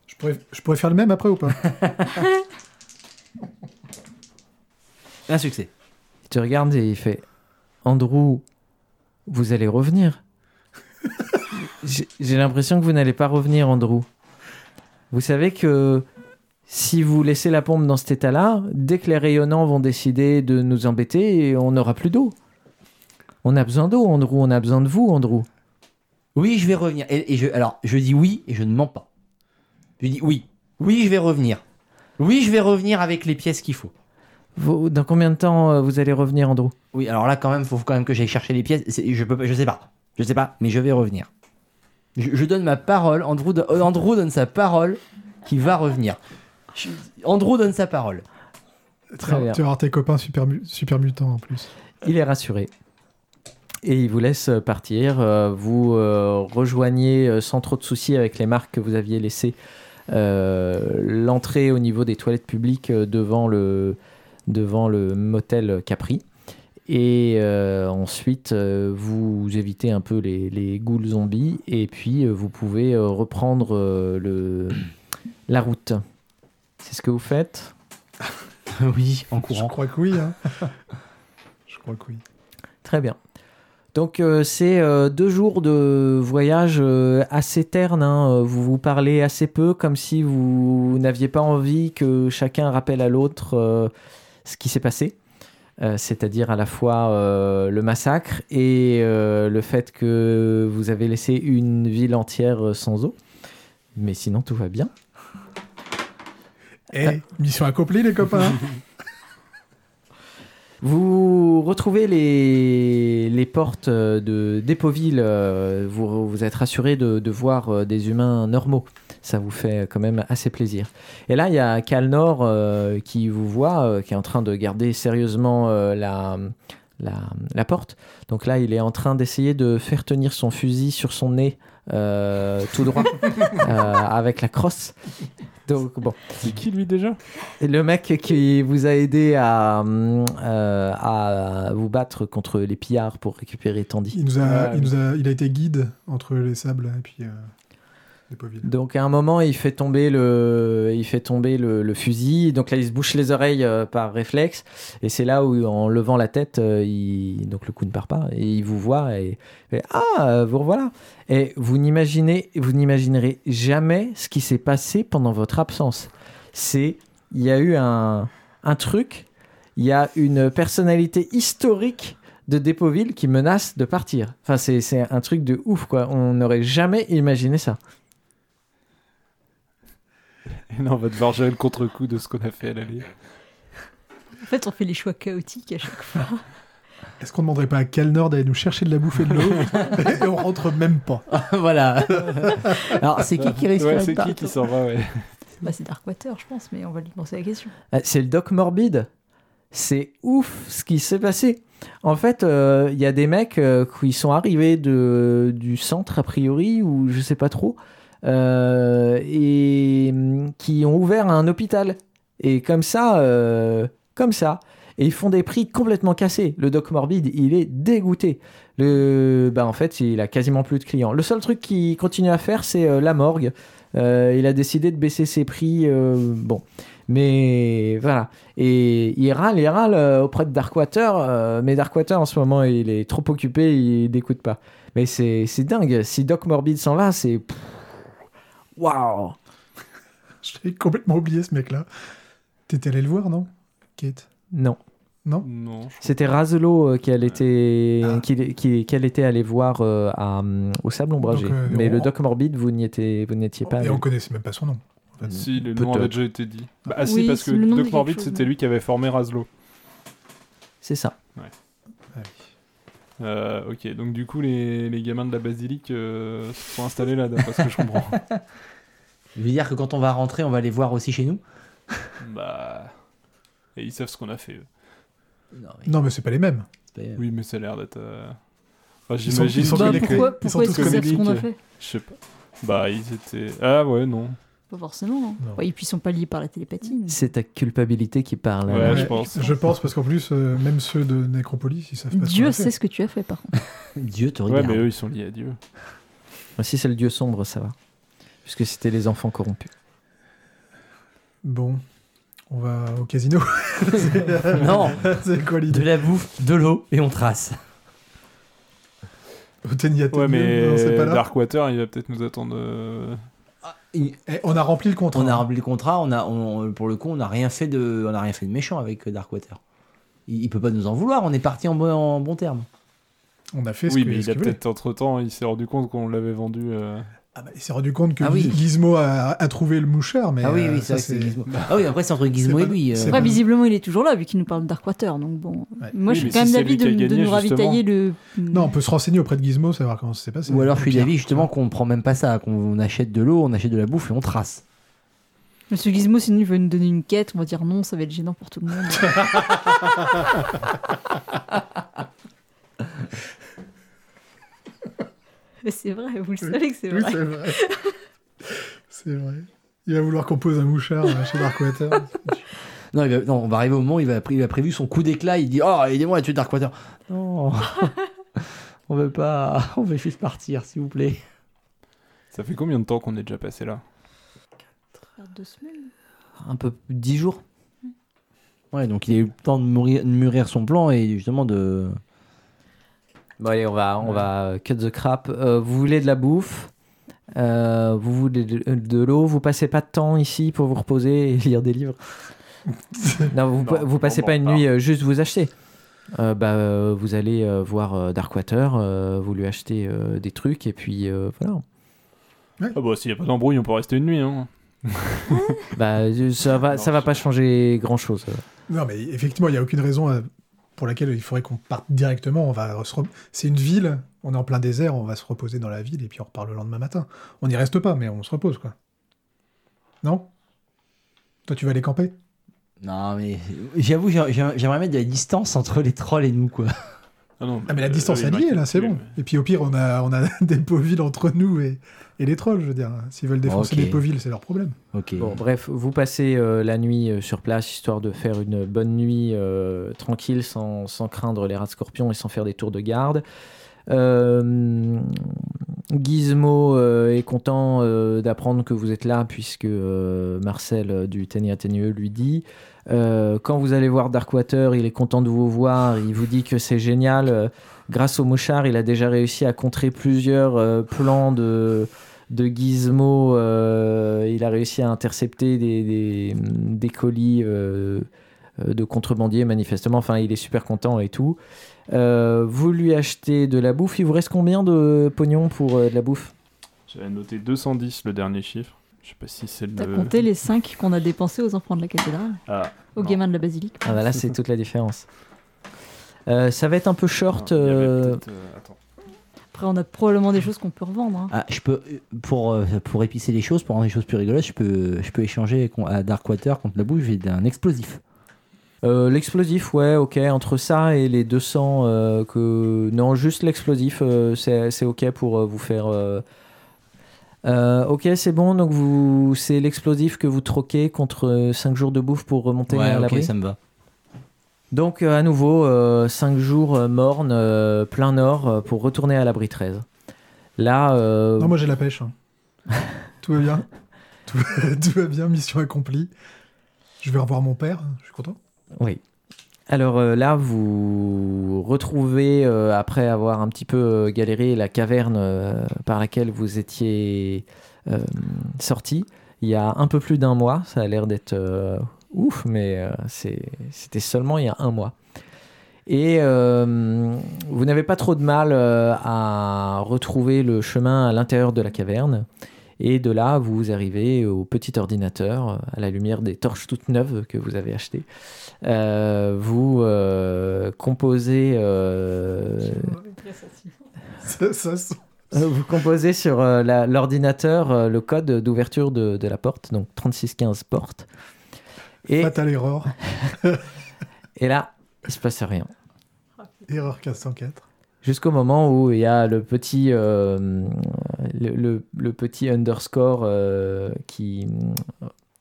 Speaker 5: Je pourrais, je pourrais faire le même après ou pas
Speaker 4: Un succès.
Speaker 3: Il te regarde et il fait Andrew, vous allez revenir J'ai j'ai l'impression que vous n'allez pas revenir, Andrew. Vous savez que si vous laissez la pompe dans cet état-là, dès que les rayonnants vont décider de nous embêter, et on n'aura plus d'eau. On a besoin d'eau, Andrew, on a besoin de vous, Andrew.
Speaker 4: Oui, je vais revenir. Et, et je, alors, je dis oui et je ne mens pas. Je dis oui. Oui, je vais revenir. Oui, je vais revenir avec les pièces qu'il faut.
Speaker 3: Vous- dans combien de temps euh, vous allez revenir, Andrew
Speaker 4: Oui, alors là, quand même, faut quand même que j'aille chercher les pièces. C'est- Je peux, pas- je sais pas, je sais pas, mais je vais revenir. Je, je donne ma parole. Andrew, do- euh, Andrew donne sa parole qu'il va revenir. Je- Andrew donne sa
Speaker 7: [LAUGHS]
Speaker 4: parole.
Speaker 5: Tu vas
Speaker 3: bien.
Speaker 5: tu vas voir tes copains super, mu- super mutants en plus.
Speaker 3: Il est rassuré. Et il vous laisse partir. Euh, Vous euh, rejoignez euh, sans trop de soucis avec les marques que vous aviez laissées euh, l'entrée au niveau des toilettes publiques euh, devant le, devant le motel Capri. Et euh, ensuite, euh, vous évitez un peu les, les ghouls zombies. Et puis, euh, vous pouvez euh, reprendre euh, le, la route. C'est ce que vous faites
Speaker 4: oui, en
Speaker 5: Je
Speaker 4: courant.
Speaker 5: crois que oui. hein. [LAUGHS] je crois que oui.
Speaker 3: Très bien. Donc euh, c'est euh, deux jours de voyage euh, assez terne. hein. Euh, Vous vous parlez assez peu, comme si vous n'aviez pas envie que chacun rappelle à l'autre euh, ce qui s'est passé. euh, c'est-à-dire à la fois euh, le massacre et euh, le fait que vous avez laissé une ville entière euh, sans eau. Mais sinon, tout va bien.
Speaker 5: Eh, mission accomplie, les copains. hein.
Speaker 3: Vous retrouvez les, les portes euh, de d'Épauville. euh, Vous, vous êtes rassuré de, de voir euh, des humains normaux. Ça vous fait quand même assez plaisir. Et là, il y a Calnor euh, qui vous voit, euh, qui est en train de garder sérieusement euh, la, la, la porte. Donc là, il est en train d'essayer de faire tenir son fusil sur son nez euh, tout droit euh, avec la crosse. Donc bon.
Speaker 7: C'est qui [LAUGHS] lui déjà
Speaker 3: Et le mec qui vous a aidé à, hum, euh, à vous battre contre les pillards pour récupérer Tandy.
Speaker 5: Il nous a,
Speaker 7: Ouais.
Speaker 5: il nous a, il a été guide entre les sables et puis euh, les pauvres villes.
Speaker 3: Donc à un moment, il fait tomber le, il fait tomber le, le fusil. Donc là, il se bouche les oreilles euh, par réflexe. Et c'est là où, en levant la tête, euh, il... donc le coup ne part pas. Et il vous voit et, et, ah, euh, vous revoilà. Et vous n'imaginez, vous n'imaginerez jamais ce qui s'est passé pendant votre absence. C'est, il y a eu un, un truc. Il y a une personnalité historique de Dépauville qui menace de partir. Enfin, c'est c'est un truc de ouf, quoi. On n'aurait jamais imaginé ça.
Speaker 7: Et là, on va devoir gérer le contre-coup de ce qu'on a fait à l'aller.
Speaker 6: En fait, on fait les choix chaotiques à chaque fois.
Speaker 5: Est-ce qu'on demanderait pas à Calnor d'aller nous chercher de la bouffe et
Speaker 6: [LAUGHS]
Speaker 5: de l'eau [LAUGHS] Et on rentre même pas.
Speaker 4: [LAUGHS] voilà. [LAUGHS] Alors, c'est qui qui risque
Speaker 7: Ouais,
Speaker 4: de
Speaker 7: c'est
Speaker 4: pas
Speaker 7: qui qui s'en va, ouais.
Speaker 6: Bah, c'est Darkwater, je pense, mais on va lui poser la question.
Speaker 3: Euh, C'est le doc morbide. C'est ouf ce qui s'est passé. En fait, euh, il y a des mecs euh, qui sont arrivés de, du centre, a priori, ou je sais pas trop, euh, et hum, qui ont ouvert un hôpital. Et comme ça, euh, comme ça. Et ils font des prix complètement cassés. Le doc morbide, il est dégoûté. Le, bah en fait, il a quasiment plus de clients. Le seul truc qu'il continue à faire, c'est euh, la morgue. Euh, il a décidé de baisser ses prix. euh, bon. Mais voilà. Et il râle, il râle euh, auprès de Darkwater. euh, mais Darkwater, en ce moment, il est trop occupé, il n'écoute pas. Mais c'est c'est dingue. Si Doc Morbid s'en va, c'est. pff, Waouh!
Speaker 5: J'ai complètement oublié ce mec-là. T'étais allé le voir, non Kate
Speaker 3: Non.
Speaker 5: Non
Speaker 7: Non, je
Speaker 3: C'était Razelo qu'elle était,
Speaker 5: Ah.
Speaker 3: qui- qui- qu'elle était allée voir euh, à, hum, au Sable Ombragé.
Speaker 5: Donc, euh,
Speaker 3: mais
Speaker 5: on-
Speaker 3: le Doc Morbid, vous n'y étiez, vous n'étiez pas.
Speaker 5: Et
Speaker 3: allé.
Speaker 5: on connaissait même pas son nom. en fait.
Speaker 4: Mm.
Speaker 7: Si, le nom
Speaker 3: Peut-être.
Speaker 7: avait déjà été dit. Bah, ah, si,
Speaker 6: Oui,
Speaker 7: parce que
Speaker 6: le nom dit
Speaker 7: Doc
Speaker 6: quelque
Speaker 7: Morbid,
Speaker 6: chose,
Speaker 7: c'était
Speaker 6: ouais.
Speaker 7: lui qui avait formé Raslo.
Speaker 3: C'est ça.
Speaker 5: Ouais.
Speaker 7: Euh, ok, donc du coup, les, les gamins de la basilique euh, se sont installés là, d'après ce que je comprends.
Speaker 4: Je veux dire que quand on va rentrer, on va les voir aussi chez nous
Speaker 7: bah. Et ils savent ce qu'on a fait. eux.
Speaker 4: Non, mais
Speaker 5: Non, mais c'est pas les mêmes.
Speaker 4: c'est pas-
Speaker 7: Oui, mais ça a l'air d'être. euh, Enfin,
Speaker 5: Ils sont-
Speaker 7: j'imagine.
Speaker 5: ils sont
Speaker 7: que-
Speaker 6: Bah,
Speaker 5: tous connectés.
Speaker 6: pourquoi
Speaker 5: Ils sont
Speaker 6: pourquoi est-ce
Speaker 5: tous
Speaker 6: qu'ils savent ce qu'on a
Speaker 7: connectés.
Speaker 6: fait
Speaker 7: Je sais pas. Bah, ils étaient. Ah ouais, non.
Speaker 6: Pas forcément. hein.
Speaker 5: Non.
Speaker 6: Ouais, et puis, ils sont pas liés par la télépathie. mais-
Speaker 3: C'est ta culpabilité qui parle. hein.
Speaker 7: Ouais,
Speaker 3: alors.
Speaker 7: je pense.
Speaker 5: Je pense, parce qu'en plus, euh, même ceux de Necropolis, ils savent pas
Speaker 6: Dieu
Speaker 5: ce qu'on a
Speaker 6: sait
Speaker 5: fait.
Speaker 6: ce que tu as fait, par contre.
Speaker 4: Dieu te
Speaker 7: Ouais,
Speaker 4: regarde.
Speaker 7: mais eux, ils sont liés à Dieu.
Speaker 3: Si c'est le dieu sombre, ça va. Puisque c'était les enfants corrompus.
Speaker 5: Bon, on va au casino. [LAUGHS]
Speaker 4: Non,
Speaker 5: c'est quoi
Speaker 4: de
Speaker 5: l'idée
Speaker 4: la bouffe, de l'eau et on trace.
Speaker 5: Au Teniaton
Speaker 7: Ouais, mais
Speaker 5: non, c'est pas là.
Speaker 7: Darkwater, il va peut-être nous attendre. euh,
Speaker 5: Eh, on a rempli le contrat.
Speaker 4: On a rempli le contrat, on a, on- pour le coup, on n'a rien fait de, on a rien fait de méchant avec euh, Darkwater. Il, il peut pas nous en vouloir, on est parti en bon, en bon terme.
Speaker 5: On a fait ce
Speaker 7: Oui,
Speaker 5: que-
Speaker 7: mais
Speaker 5: ce
Speaker 7: il a
Speaker 5: qu'il voulait.
Speaker 7: peut-être entre-temps, il s'est rendu compte qu'on l'avait vendu. euh,
Speaker 5: Ah bah, il s'est rendu compte que
Speaker 4: Ah oui.
Speaker 5: Giz- Gizmo a, a trouvé le mouchard, mais
Speaker 4: ah oui,
Speaker 5: euh,
Speaker 4: oui,
Speaker 5: ça,
Speaker 4: c'est vrai que c'est Gizmo.
Speaker 5: c'est-
Speaker 4: [LAUGHS] Ah oui, après c'est entre Gizmo
Speaker 5: c'est
Speaker 4: et
Speaker 5: pas-
Speaker 4: lui. euh.
Speaker 5: c'est
Speaker 6: Après,
Speaker 5: bon.
Speaker 6: visiblement, il est toujours là, vu qu'il nous parle de Darkwater. Donc, bon.
Speaker 5: Eh ben Ouais.
Speaker 6: Moi,
Speaker 7: Oui,
Speaker 6: je suis
Speaker 7: mais
Speaker 6: quand
Speaker 7: si
Speaker 6: même
Speaker 7: c'est
Speaker 6: d'avis
Speaker 7: lui
Speaker 6: de,
Speaker 7: qui a
Speaker 6: de
Speaker 7: gagné,
Speaker 6: nous ravitailler le.
Speaker 5: Non, on peut se renseigner auprès de Gizmo, savoir comment ça s'est passé.
Speaker 4: Ou alors je suis
Speaker 5: Pire.
Speaker 4: d'avis justement qu'on prend même pas ça, qu'on achète de l'eau, on achète de la bouffe et on trace.
Speaker 6: Monsieur Gizmo, sinon, il veut nous donner une quête. On va dire non, ça va être gênant pour tout
Speaker 5: [LAUGHS]
Speaker 6: le monde. Mais c'est vrai, vous le savez que c'est
Speaker 5: Oui,
Speaker 6: vrai.
Speaker 5: c'est vrai. c'est vrai. Il va vouloir qu'on pose un mouchard euh, chez Darkwater.
Speaker 4: [LAUGHS] Non, il va- non, on va arriver au moment où il, va, il a prévu son coup d'éclat, il dit Oh, aidez-moi à tuer Darkwater. Non, [LAUGHS] on veut pas, on veut juste partir, s'il vous plaît.
Speaker 7: Ça fait combien de temps qu'on est déjà passé là
Speaker 6: Deux semaines.
Speaker 3: Un peu dix jours.
Speaker 4: Ouais, donc il a eu le temps de mourir- de mûrir son plan et justement de.
Speaker 3: Bon allez, on va, on va euh, cut the crap. Euh, vous voulez de la bouffe, euh, vous voulez de, euh, de l'eau, vous passez pas de temps ici [LAUGHS] pour vous reposer et lire des livres. non, vous,
Speaker 7: Non,
Speaker 3: vous passez
Speaker 7: on
Speaker 3: pas une
Speaker 7: part.
Speaker 3: nuit, euh, juste vous achetez. euh, bah, euh, vous allez euh, voir euh, Darkwater, euh, vous lui achetez euh, des trucs, et puis euh, voilà.
Speaker 7: Ah bah, s'il n'y a pas d'embrouille, on peut rester une nuit. Hein.
Speaker 3: Bah, euh, ça va, ça va pas changer euh, grand chose.
Speaker 5: Non, mais effectivement, il n'y a aucune raison euh, pour laquelle il faudrait qu'on parte directement. On va se re- C'est une ville, on est en plein désert, on va se reposer dans la ville et puis on repart le lendemain matin. On n'y reste pas, mais on se repose, quoi. Non Toi, tu vas aller camper
Speaker 4: Non, mais j'avoue, j'ai- j'ai- j'aimerais mettre de la distance entre les trolls et nous, quoi.
Speaker 7: Ah, non,
Speaker 5: Ah, mais la
Speaker 7: euh,
Speaker 5: distance
Speaker 7: oui,
Speaker 5: elle y est,
Speaker 7: bah,
Speaker 5: là, c'est
Speaker 7: oui,
Speaker 5: bon.
Speaker 7: mais-
Speaker 5: Et puis au pire, on a, on a [LAUGHS] des beaux villes entre nous et, et les trolls, je veux dire. S'ils veulent défoncer
Speaker 4: Ok.
Speaker 5: les beaux villes, c'est leur problème.
Speaker 4: Ok.
Speaker 3: Bon, bref, vous passez euh, la nuit euh, sur place, histoire de faire une bonne nuit euh, tranquille, sans, sans craindre les rats de scorpion et sans faire des tours de garde. Euh, Gizmo euh, est content euh, d'apprendre que vous êtes là, puisque euh, Marcel euh, du Ténia Ténieux lui dit. Euh, quand vous allez voir Darkwater, il est content de vous voir, il vous dit que c'est génial. Euh, grâce au mouchard, il a déjà réussi à contrer plusieurs euh, plans de de Gizmo, euh, il a réussi à intercepter des, des- des colis euh, euh, de contrebandiers, manifestement. Enfin, il est super content et tout. Euh, vous lui achetez de la bouffe. Il vous reste combien de pognon pour euh, de la bouffe
Speaker 7: J'avais noté 210 le dernier chiffre. Je sais pas si c'est le.
Speaker 6: T'as
Speaker 3: Euh.
Speaker 6: compté les 5 qu'on a dépensés aux enfants de la cathédrale,
Speaker 7: Ah,
Speaker 6: aux
Speaker 7: non.
Speaker 6: gamins de la basilique.
Speaker 3: ah, bah Là, c'est toute la différence. Euh, ça va être un peu
Speaker 7: Non,
Speaker 3: short.
Speaker 7: il y avait
Speaker 3: euh,
Speaker 7: peut-être, euh, attends.
Speaker 6: Après, on a probablement des choses qu'on peut revendre. hein.
Speaker 4: Ah, je peux, pour, euh, pour épicer les choses, pour rendre les choses plus rigolotes, je peux, je peux échanger con- à Darkwater contre la bouche j'ai d'un explosif.
Speaker 3: euh, l'explosif, ouais, ok. Entre ça et les 200 euh, que... Non, juste l'explosif, euh, c'est c'est ok pour euh, vous faire... euh, euh, ok, c'est bon, donc vous, c'est l'explosif que vous troquez contre 5 jours de bouffe pour remonter à l'abri.
Speaker 4: me va.
Speaker 3: Donc euh, à nouveau, 5 jours euh, mornes, euh, plein nord, euh, pour retourner à l'abri 13. Là, euh,
Speaker 5: Non, moi j'ai la
Speaker 3: [LAUGHS]
Speaker 5: pêche. hein. Tout va bien. Tout, tout va bien, mission accomplie. Je vais revoir mon père, je suis content. [LAUGHS]
Speaker 3: Oui. Alors euh, là, vous retrouvez, euh, après avoir un petit peu euh, galéré, la caverne euh, par laquelle vous étiez euh, sorti il y a un peu plus d'un mois. Ça a l'air d'être euh, ouf, mais euh, c'est- c'était seulement il y a un mois. Et euh, vous n'avez pas trop de mal euh, à retrouver le chemin à l'intérieur de la caverne. Et de là, vous arrivez au petit ordinateur, à la lumière des torches toutes neuves que vous avez achetées. Euh, vous euh, composez, euh,
Speaker 5: Ça, ça sent-
Speaker 3: euh, [LAUGHS] vous composez sur euh, la- l'ordinateur euh, le code d'ouverture de, de la porte, donc 3615 porte. Et,
Speaker 5: Fatal error.
Speaker 3: et là, il se passe rien.
Speaker 5: Erreur 404.
Speaker 3: Jusqu'au moment où il y a le petit, euh, le, le- le petit underscore euh, qui,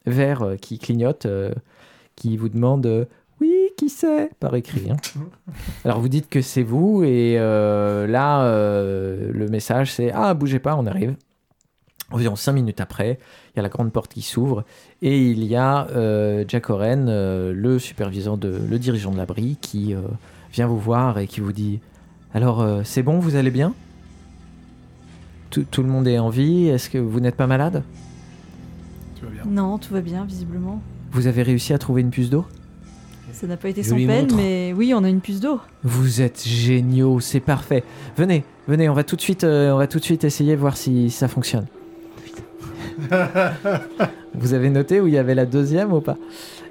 Speaker 3: vert euh, qui clignote, euh, qui vous demande euh, Oui, qui c'est par écrit. hein. Alors vous dites que c'est vous, et euh, là, euh, le message c'est Ah, bougez pas, on arrive. Environ cinq minutes après, il y a la grande porte qui s'ouvre et il y a euh, Jack Oren, euh, le superviseur, de, le dirigeant de l'abri, qui euh, vient vous voir et qui vous dit alors, euh, c'est bon, vous allez bien tout, tout le monde est en vie Est-ce que vous n'êtes pas malade
Speaker 5: Tu vas
Speaker 3: Ah,
Speaker 5: bien.
Speaker 6: Non, tout va bien, visiblement.
Speaker 3: Vous avez réussi à trouver une puce d'eau
Speaker 6: Ça n'a pas été
Speaker 4: Je
Speaker 6: sans
Speaker 4: lui
Speaker 6: peine,
Speaker 4: montre.
Speaker 6: mais oui, on a une puce d'eau.
Speaker 3: Vous êtes géniaux, c'est parfait. Venez, venez, on va tout de suite, euh, on va tout de suite essayer de voir si ça fonctionne. vous avez noté où il y avait la deuxième ou pas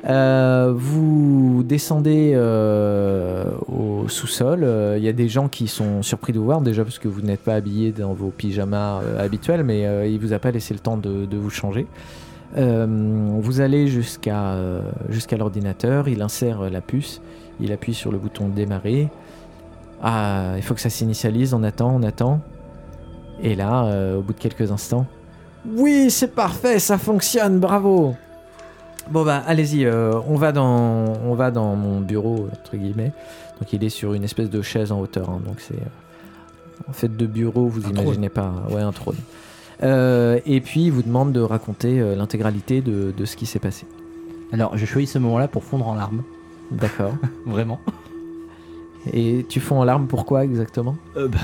Speaker 3: Euh, Vous descendez euh, au sous-sol. euh, Il y a des gens qui sont surpris de vous voir déjà parce que vous n'êtes pas habillé dans vos pyjamas euh, habituels, mais euh, il vous a pas laissé le temps de, de vous changer. Euh, vous allez jusqu'à euh, jusqu'à l'ordinateur. Il insère la puce. Il appuie sur le bouton démarrer. Ah, il faut que ça s'initialise, on attend, on attend. Et là, euh, au bout de quelques instants. Oui, c'est parfait, ça fonctionne, bravo Bon bah allez-y, euh, on, va dans, on va dans mon bureau, entre guillemets. Donc il est sur une espèce de chaise en hauteur, hein, donc c'est... euh, en fait de bureau, vous
Speaker 5: Un
Speaker 3: imaginez pas. Ouais, un trône. Euh, et puis il vous demande de raconter euh, l'intégralité de, de ce qui s'est passé.
Speaker 4: Alors, je choisis ce moment-là pour fondre en larmes.
Speaker 3: D'accord.
Speaker 4: Vraiment.
Speaker 3: Et tu fonds en larmes, pourquoi exactement
Speaker 4: Euh, bah,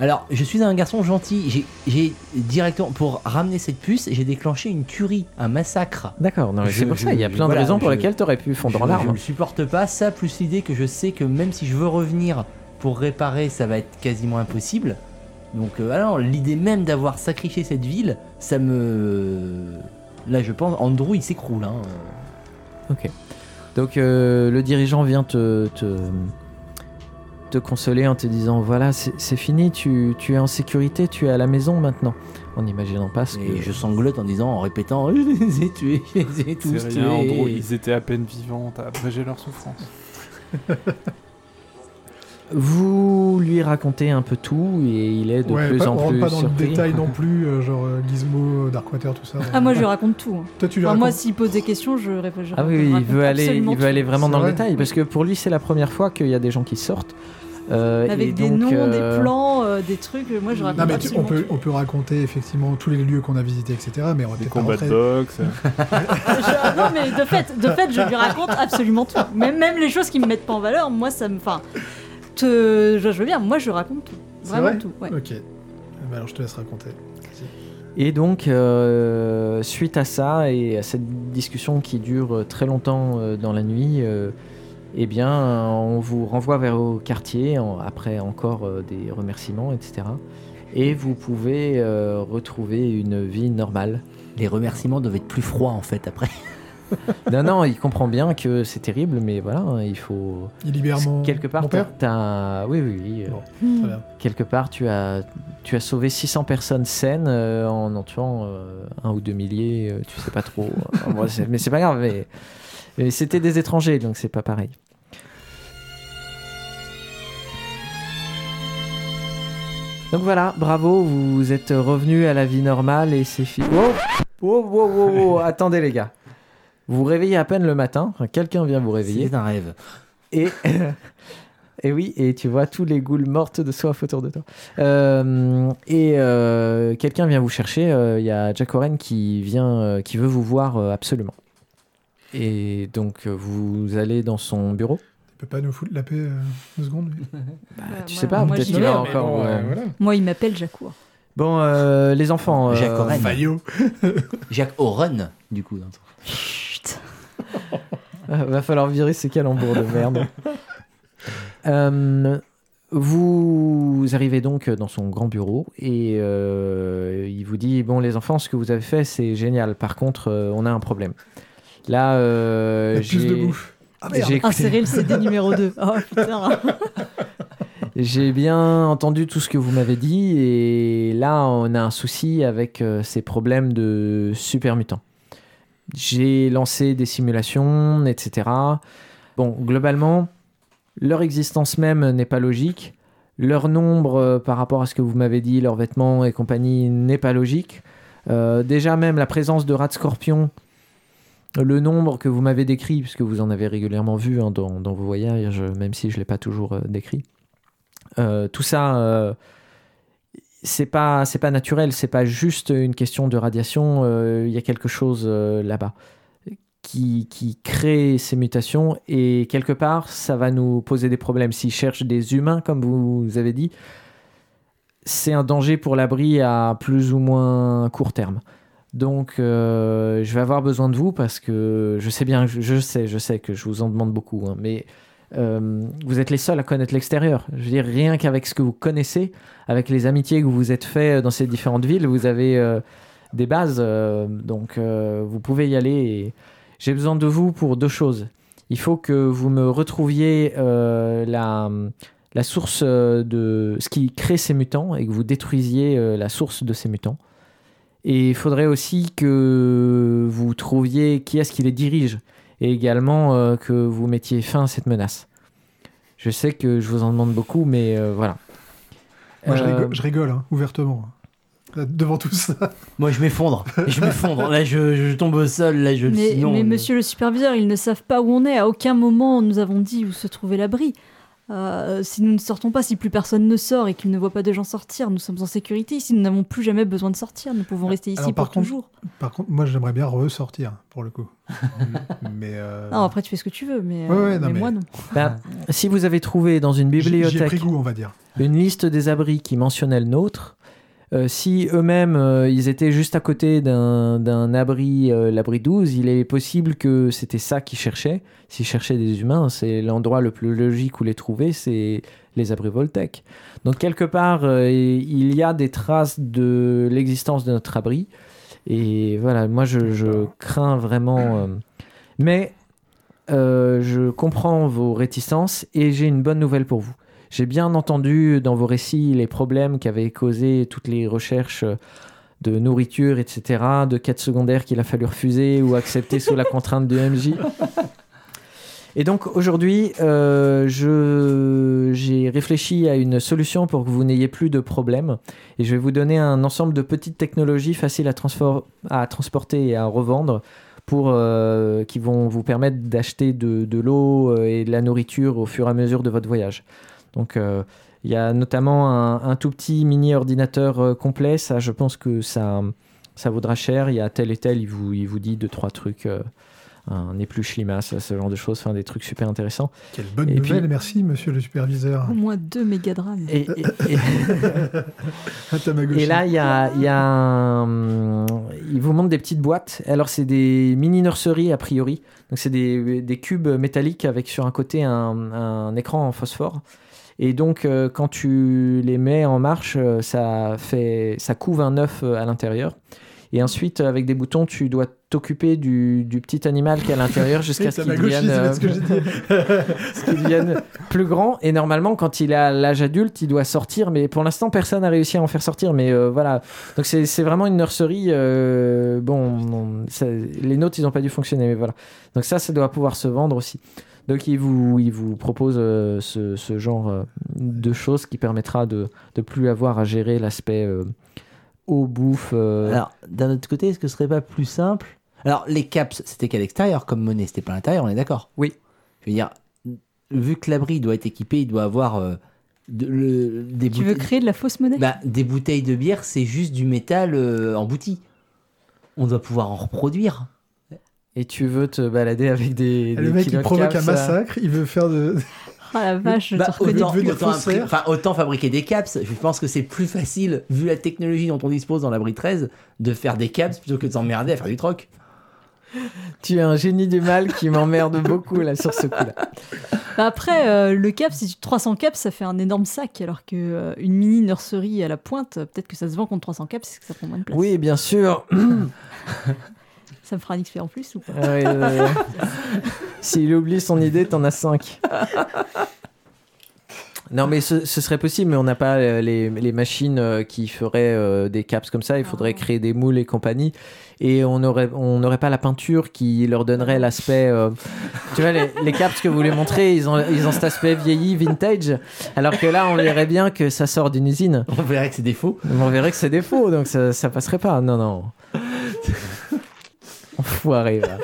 Speaker 4: Alors, je suis un garçon gentil. J'ai- J'ai directement pour ramener cette puce, j'ai déclenché une tuerie, un massacre.
Speaker 3: D'accord, non, mais
Speaker 4: Je-
Speaker 3: c'est pour ça, il y a
Speaker 4: je-
Speaker 3: plein
Speaker 4: voilà,
Speaker 3: de raisons pour
Speaker 4: je-
Speaker 3: lesquelles t'aurais pu fondre en
Speaker 4: je, je
Speaker 3: larmes.
Speaker 4: le supporte pas. Ça plus l'idée que je sais que même si je veux revenir pour réparer, ça va être quasiment impossible. Donc, euh, alors l'idée même d'avoir sacrifié cette ville, ça me là, je pense, Andrew, il s'écroule. Hein.
Speaker 3: Donc euh, le dirigeant vient te, te, te consoler en te disant voilà, c'est c'est fini, tu, tu es en sécurité, tu es à la maison maintenant. En n'imaginant pas ce
Speaker 4: Et
Speaker 3: que.
Speaker 4: je sanglote en disant, en répétant, [LAUGHS] je les ai tués, je les ai tous
Speaker 7: C'est rien, Andrew,
Speaker 4: tués.
Speaker 7: ils étaient à peine vivants, t'as abrégé leur souffrance.
Speaker 3: Vous lui racontez un peu tout et il est de
Speaker 5: ouais,
Speaker 3: plus
Speaker 5: pas-
Speaker 3: en
Speaker 5: on rentre
Speaker 3: plus
Speaker 5: pas dans
Speaker 3: surpris.
Speaker 5: le
Speaker 3: [LAUGHS]
Speaker 5: détail non plus, euh, genre euh, Gizmo, euh, Darkwater, tout ça.
Speaker 6: Ah, moi, je lui raconte tout. hein.
Speaker 5: Toi, tu lui
Speaker 6: Enfin, moi,
Speaker 5: racontes-
Speaker 6: s'il pose des questions, je réponds. je
Speaker 3: Ah oui, oui, il
Speaker 6: raconte
Speaker 3: veut aller,
Speaker 6: absolument
Speaker 3: il veut aller
Speaker 6: tout.
Speaker 3: vraiment
Speaker 5: C'est
Speaker 3: dans le
Speaker 5: vrai.
Speaker 3: détail parce que pour lui c'est la première fois qu'il y a des gens qui sortent. euh, et
Speaker 6: Avec des
Speaker 3: donc,
Speaker 6: noms,
Speaker 3: euh,
Speaker 6: des plans, euh, des trucs. Moi, je raconte
Speaker 5: Non, mais tu- on,
Speaker 6: absolument
Speaker 5: peut,
Speaker 6: tout.
Speaker 5: on peut raconter effectivement tous les lieux qu'on a visités, etc. Mais on va
Speaker 7: Des
Speaker 5: peut-être pas
Speaker 7: combats de
Speaker 5: rentrer.
Speaker 7: boxe. euh.
Speaker 6: Je- non, mais de fait, de fait, je lui raconte absolument tout. Même, même les choses qui me mettent pas en valeur, moi, ça me. Enfin, te, je, je veux bien, moi, je raconte tout.
Speaker 5: C'est
Speaker 6: Vraiment
Speaker 5: vrai
Speaker 6: tout. Ouais.
Speaker 5: Ok. Eh ben alors, je te laisse raconter.
Speaker 3: Et donc, euh, suite à ça et à cette discussion qui dure très longtemps euh, dans la nuit, euh, eh bien, euh, on vous renvoie vers au quartier, en- après encore euh, des remerciements, etc. Et vous pouvez euh, retrouver une vie normale.
Speaker 4: Les remerciements doivent être plus froids en fait après.
Speaker 3: non, non, il comprend bien que c'est terrible, mais voilà, hein, il faut...
Speaker 5: Il libère mon,
Speaker 3: Quelque part,
Speaker 5: mon
Speaker 3: t'as-
Speaker 5: père
Speaker 3: t'as- Oui, oui, oui. euh,
Speaker 5: Bon.
Speaker 6: Hmm.
Speaker 5: Très bien.
Speaker 3: quelque part, tu as, tu as sauvé 600 personnes saines euh, en en tuant euh, un ou deux milliers, euh, tu sais pas
Speaker 5: [LAUGHS]
Speaker 3: trop. Enfin, bon, c'est- mais c'est pas grave, mais, mais c'était des étrangers, donc c'est pas pareil. Donc voilà, bravo, vous êtes revenu à la vie normale et c'est Oh, fini. Wow, wow, wow, wow,
Speaker 5: [LAUGHS]
Speaker 3: wow, oh, attendez les gars. Vous vous réveillez à peine le matin, enfin, quelqu'un vient vous réveiller.
Speaker 4: C'est un rêve.
Speaker 3: Et, [LAUGHS] et oui, et tu vois tous les goules mortes de soif autour de toi. Euh, et euh, quelqu'un vient vous chercher. euh, Il y a Jack Oren qui vient, euh, qui veut vous voir euh, absolument. Et donc euh, vous allez dans son bureau.
Speaker 5: Il peut pas nous foutre la paix euh, deux secondes, lui
Speaker 6: Bah,
Speaker 3: tu
Speaker 6: moi-
Speaker 3: sais pas,
Speaker 6: moi,
Speaker 3: peut-être
Speaker 6: j'y
Speaker 3: qu'il
Speaker 6: vais.
Speaker 3: va
Speaker 5: Mais
Speaker 3: encore.
Speaker 5: bon,
Speaker 3: euh,
Speaker 5: euh, voilà.
Speaker 6: Moi, il m'appelle Jacour.
Speaker 3: Bon, euh, les enfants. euh,
Speaker 4: Jack Oren.
Speaker 5: Fayot.
Speaker 4: Jacques Oren, du coup.
Speaker 6: Chut.
Speaker 3: Ah, [LAUGHS] Va falloir virer ces calembours de merde. Euh, vous arrivez donc dans son grand bureau et euh, il vous dit Bon, les enfants, ce que vous avez fait, c'est génial. Par contre, euh, on a un problème. Là, euh,
Speaker 5: La puce de
Speaker 3: j'ai
Speaker 5: bouffe. Ah merde.
Speaker 3: j'ai écouté-
Speaker 6: Insérer le CD numéro 2. Oh putain.
Speaker 3: j'ai bien entendu tout ce que vous m'avez dit et là, on a un souci avec euh, ces problèmes de super mutants. J'ai lancé des simulations, etc. Bon, globalement, leur existence même n'est pas logique. Leur nombre euh, par rapport à ce que vous m'avez dit, leurs vêtements et compagnie n'est pas logique. Euh, déjà même la présence de rats de scorpion, le nombre que vous m'avez décrit, puisque vous en avez régulièrement vu hein, dans, dans vos voyages, même si je ne l'ai pas toujours euh, décrit. Euh, tout ça, euh, c'est pas c'est pas naturel, c'est pas juste une question de radiation. euh, Il y a quelque chose euh, là-bas qui, qui crée ces mutations et quelque part ça va nous poser des problèmes. S'ils cherchent des humains, comme vous avez dit, c'est un danger pour l'abri à plus ou moins court terme. Donc euh, je vais avoir besoin de vous parce que je sais bien, je- je sais, je sais que je vous en demande beaucoup, hein, mais euh, vous êtes les seuls à connaître l'extérieur. Je veux dire, rien qu'avec ce que vous connaissez, avec les amitiés que vous vous êtes fait euh, dans ces différentes villes, vous avez euh, des bases, euh, donc euh, vous pouvez y aller. et- J'ai besoin de vous pour deux choses. Il faut que vous me retrouviez euh, la, la source euh, de ce qui crée ces mutants et que vous détruisiez euh, la source de ces mutants. Et il faudrait aussi que vous trouviez qui est-ce qui les dirige et également euh, que vous mettiez fin à cette menace. Je sais que je vous en demande beaucoup, mais euh, voilà.
Speaker 5: Moi, je
Speaker 3: Euh,
Speaker 5: rigole, je rigole, hein, ouvertement. Là, devant tout ça.
Speaker 4: Moi, je m'effondre. [LAUGHS] Je m'effondre. Là, je, je tombe au sol. Là, je.
Speaker 6: Mais,
Speaker 4: sinon,
Speaker 6: mais
Speaker 4: euh,
Speaker 6: monsieur le superviseur, ils ne savent pas où on est. À aucun moment, nous avons dit où se trouvait l'abri. Euh, si nous ne sortons pas, si plus personne ne sort et qu'il ne voit pas de gens sortir, nous sommes en sécurité. Si nous n'avons plus jamais besoin de sortir, nous pouvons rester ici
Speaker 5: Ah, Alors, par
Speaker 6: pour
Speaker 5: contre-
Speaker 6: toujours.
Speaker 5: Par contre, moi, j'aimerais bien ressortir, pour le [LAUGHS] coup. mais. euh,
Speaker 6: Non, après, tu fais ce que tu veux, mais,
Speaker 5: Ouais, ouais,
Speaker 6: euh,
Speaker 5: non,
Speaker 6: mais
Speaker 5: mais-
Speaker 6: moi, non.
Speaker 3: Bah, si vous avez trouvé dans une
Speaker 5: j'ai- J'ai pris
Speaker 3: bibliothèque
Speaker 5: goût, on va dire.
Speaker 3: une liste des abris qui mentionnait le nôtre, euh, si eux-mêmes euh, ils étaient juste à côté d'un d'un abri, euh, l'abri 12, il est possible que c'était ça qu'ils cherchaient. S'ils cherchaient des humains, c'est l'endroit le plus logique où les trouver, c'est les abris Voltec. Donc quelque part, euh, il y a des traces de l'existence de notre abri. Et voilà, moi je, je crains vraiment. euh, mais euh, je comprends vos réticences et j'ai une bonne nouvelle pour vous. J'ai bien entendu dans vos récits les problèmes qu'avaient causé toutes les recherches de nourriture, etc., de quêtes secondaires qu'il a fallu refuser ou accepter sous la contrainte de MJ. Et donc aujourd'hui, euh, je- j'ai réfléchi à une solution pour que vous n'ayez plus de problèmes. Et je vais vous donner un ensemble de petites technologies faciles à, transfor- à transporter et à revendre pour, euh, qui vont vous permettre d'acheter de, de l'eau euh, et de la nourriture au fur et à mesure de votre voyage. Donc euh, il y a notamment un, un tout petit mini ordinateur euh, complet. Ça, je pense que ça, ça vaudra cher. Il y a tel et tel, il vous, il vous dit deux, trois trucs. euh, un épluche limace, ce genre de choses, enfin, des trucs super intéressants.
Speaker 5: Quelle bonne
Speaker 3: Et puis-
Speaker 5: nouvelle, merci, monsieur le superviseur.
Speaker 3: [LAUGHS]
Speaker 6: Au moins deux méga drames.
Speaker 3: Et, et- et-
Speaker 5: À Tamagoshi.
Speaker 3: et là, il y a, il y a un- il vous montre des petites boîtes. Alors, c'est des mini nurseries a priori. Donc, c'est des, des cubes métalliques avec sur un côté un, un écran en phosphore. Et donc, euh, quand tu les mets en marche, euh, ça, fait, ça couve un œuf euh, à l'intérieur. Et ensuite, euh, avec des boutons, tu dois t'occuper du, du petit animal qui est à
Speaker 5: [LAUGHS]
Speaker 3: l'intérieur jusqu'à
Speaker 5: Oui,
Speaker 3: ce qu'il devienne,
Speaker 5: Tamagoshi, c'est
Speaker 3: euh,
Speaker 5: ce que j'ai dit.
Speaker 3: [LAUGHS] ce qu'il devienne plus grand. Et normalement, quand il est à l'âge adulte, il doit sortir. Mais pour l'instant, personne n'a réussi à en faire sortir. Mais euh, voilà. Donc c'est c'est vraiment une nurserie. euh, bon, on- ça- les notes, ils n'ont pas dû fonctionner. Mais voilà. Donc ça, ça doit pouvoir se vendre aussi. Donc il vous, il vous propose euh, ce, ce genre euh, de choses qui permettra de ne plus avoir à gérer l'aspect euh, eau, bouffe. euh,
Speaker 4: Alors, d'un autre côté, est-ce que ce serait pas plus simple Alors, les caps, c'était qu'à l'extérieur comme monnaie, c'était pas à l'intérieur, on est d'accord
Speaker 3: Oui.
Speaker 4: Je veux dire, vu que l'abri doit être équipé, il doit avoir euh, de- le- des,
Speaker 6: Tu veux
Speaker 4: bouteilles-
Speaker 6: créer de la fausse monnaie
Speaker 4: Bah, des bouteilles de bière, c'est juste du métal euh, embouti. On doit pouvoir en reproduire.
Speaker 3: Et tu veux te balader avec des. des
Speaker 5: Le mec,
Speaker 3: kilos
Speaker 5: il
Speaker 3: de
Speaker 5: provoque un
Speaker 3: caps, là.
Speaker 5: massacre, il veut faire de. [LAUGHS]
Speaker 6: Ah la vache, je
Speaker 4: Bah,
Speaker 6: te reconnais.
Speaker 4: autant,
Speaker 5: plus. Devenir
Speaker 4: autant
Speaker 5: faussaire.
Speaker 4: appri- enfin, autant fabriquer des caps. Je pense que c'est plus facile, vu la technologie dont on dispose dans l'abri 13, de faire des caps plutôt que de s'emmerder à faire du troc.
Speaker 3: Tu es un génie du mal qui [LAUGHS] m'emmerde beaucoup là sur ce
Speaker 5: [LAUGHS]
Speaker 3: coup-là.
Speaker 6: Bah, après, euh, le cap, si tu 300 caps, ça fait un énorme sac, alors que euh, une mini nurserie à la pointe, euh, peut-être que ça se vend contre 300 caps, c'est que ça prend moins de place.
Speaker 3: Oui, bien sûr.
Speaker 6: Ça me fera un XP en plus ou pas
Speaker 3: Ah ouais, ouais, ouais. S'il oublie son idée, t'en as 5. Non, mais ce, ce serait possible, mais on n'a pas euh, les, les machines euh, qui feraient euh, des caps comme ça. Il faudrait
Speaker 6: Ah.
Speaker 3: créer des moules et compagnie. Et on n'aurait on n'aurait pas la peinture qui leur donnerait l'aspect. euh, tu vois, les, les caps que vous voulez montrer, ils ont, ils ont cet aspect vieilli, vintage. Alors que là, on verrait bien que ça sort d'une usine.
Speaker 4: On verrait que c'est des faux.
Speaker 3: Mais On verrait que c'est des faux, donc ça, ça passerait pas. Non, non. Enfoiré, va.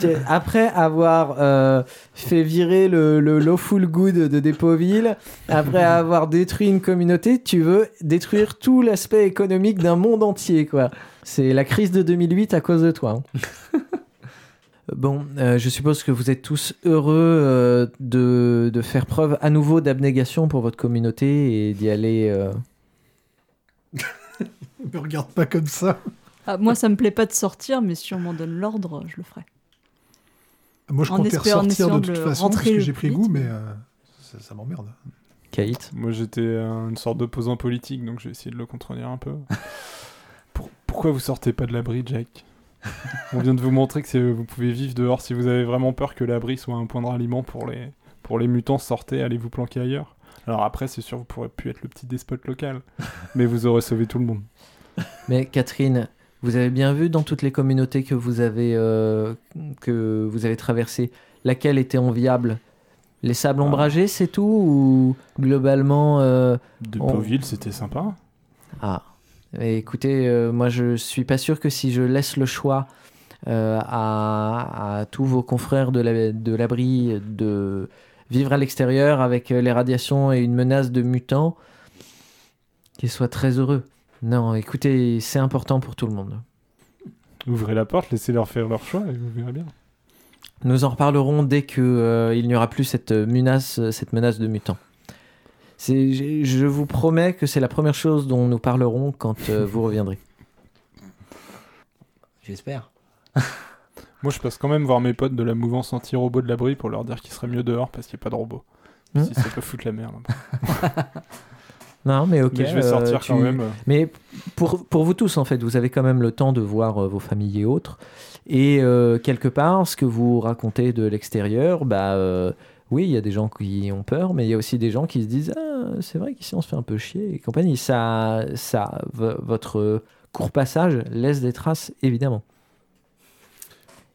Speaker 3: Que- Après avoir euh, fait virer le, le lawful good de Dépauville, après avoir détruit une communauté, tu veux détruire tout l'aspect économique d'un monde entier, quoi. C'est la crise de 2008 à cause de toi. hein. Bon, euh, je suppose que vous êtes tous heureux euh, de, de faire preuve à nouveau d'abnégation pour votre communauté et d'y aller. euh,
Speaker 5: Me regarde pas comme ça.
Speaker 6: Ah, Moi, ça me plaît pas de sortir, mais si on m'en donne l'ordre, je le ferai.
Speaker 5: Moi, je
Speaker 6: En
Speaker 5: comptais
Speaker 6: espérant- en
Speaker 5: ressortir de
Speaker 6: essayant
Speaker 5: toute
Speaker 6: de
Speaker 5: façon,
Speaker 6: rentrer
Speaker 5: parce que
Speaker 6: le
Speaker 5: j'ai pris
Speaker 6: plus
Speaker 5: goût,
Speaker 6: vite.
Speaker 5: mais euh, ça, ça m'emmerde.
Speaker 3: Kate.
Speaker 7: Moi j'étais euh, une sorte d'opposant politique, donc j'ai essayé de le contredire [LAUGHS] un peu. Pour- pourquoi vous sortez pas de l'abri, Jack On vient de vous montrer que c'est- vous pouvez vivre dehors si vous avez vraiment peur que l'abri soit un point de ralliement pour les, pour les mutants. Sortez, allez vous planquer ailleurs. Alors après, c'est sûr, vous pourrez plus être le petit despote [LAUGHS] local, mais vous aurez sauvé tout le monde.
Speaker 3: Mais Catherine, vous avez bien vu dans toutes les communautés que vous avez, euh, que vous avez traversées, laquelle était enviable Les sables ombragés, c'est tout Ou globalement. euh,
Speaker 7: De
Speaker 3: On-
Speaker 7: Pauville, c'était sympa.
Speaker 3: Ah. Mais Écoutez, euh, moi je suis pas sûr que si je laisse le choix euh, à, à tous vos confrères de la- de l'abri de vivre à l'extérieur avec euh, les radiations et une menace de mutants, qu'ils soient très heureux. Non, écoutez, c'est important pour tout le monde.
Speaker 7: Ouvrez la porte, laissez-leur faire leur choix et vous verrez bien.
Speaker 3: Nous en reparlerons dès que euh, il n'y aura plus cette menace, cette menace de mutants. C'est, j'ai- je vous promets que c'est la première chose dont nous parlerons quand euh, vous reviendrez.
Speaker 4: J'espère.
Speaker 7: Moi, je passe quand même voir mes potes de la mouvance anti-robot de l'abri pour leur dire qu'il serait mieux dehors parce qu'il n'y a pas de robot.
Speaker 3: Hmm.
Speaker 7: Si ça peut foutre la merde. hein.
Speaker 3: Non, mais ok.
Speaker 7: Mais je vais
Speaker 3: euh,
Speaker 7: sortir quand
Speaker 3: tu-
Speaker 7: même. euh,
Speaker 3: Mais pour, pour vous tous, en fait, vous avez quand même le temps de voir euh, vos familles et autres. Et euh, quelque part, ce que vous racontez de l'extérieur, bah euh, oui, il y a des gens qui ont peur, mais il y a aussi des gens qui se disent Ah, c'est vrai qu'ici on se fait un peu chier et compagnie. Ça, ça, v- votre euh, court passage laisse des traces, évidemment.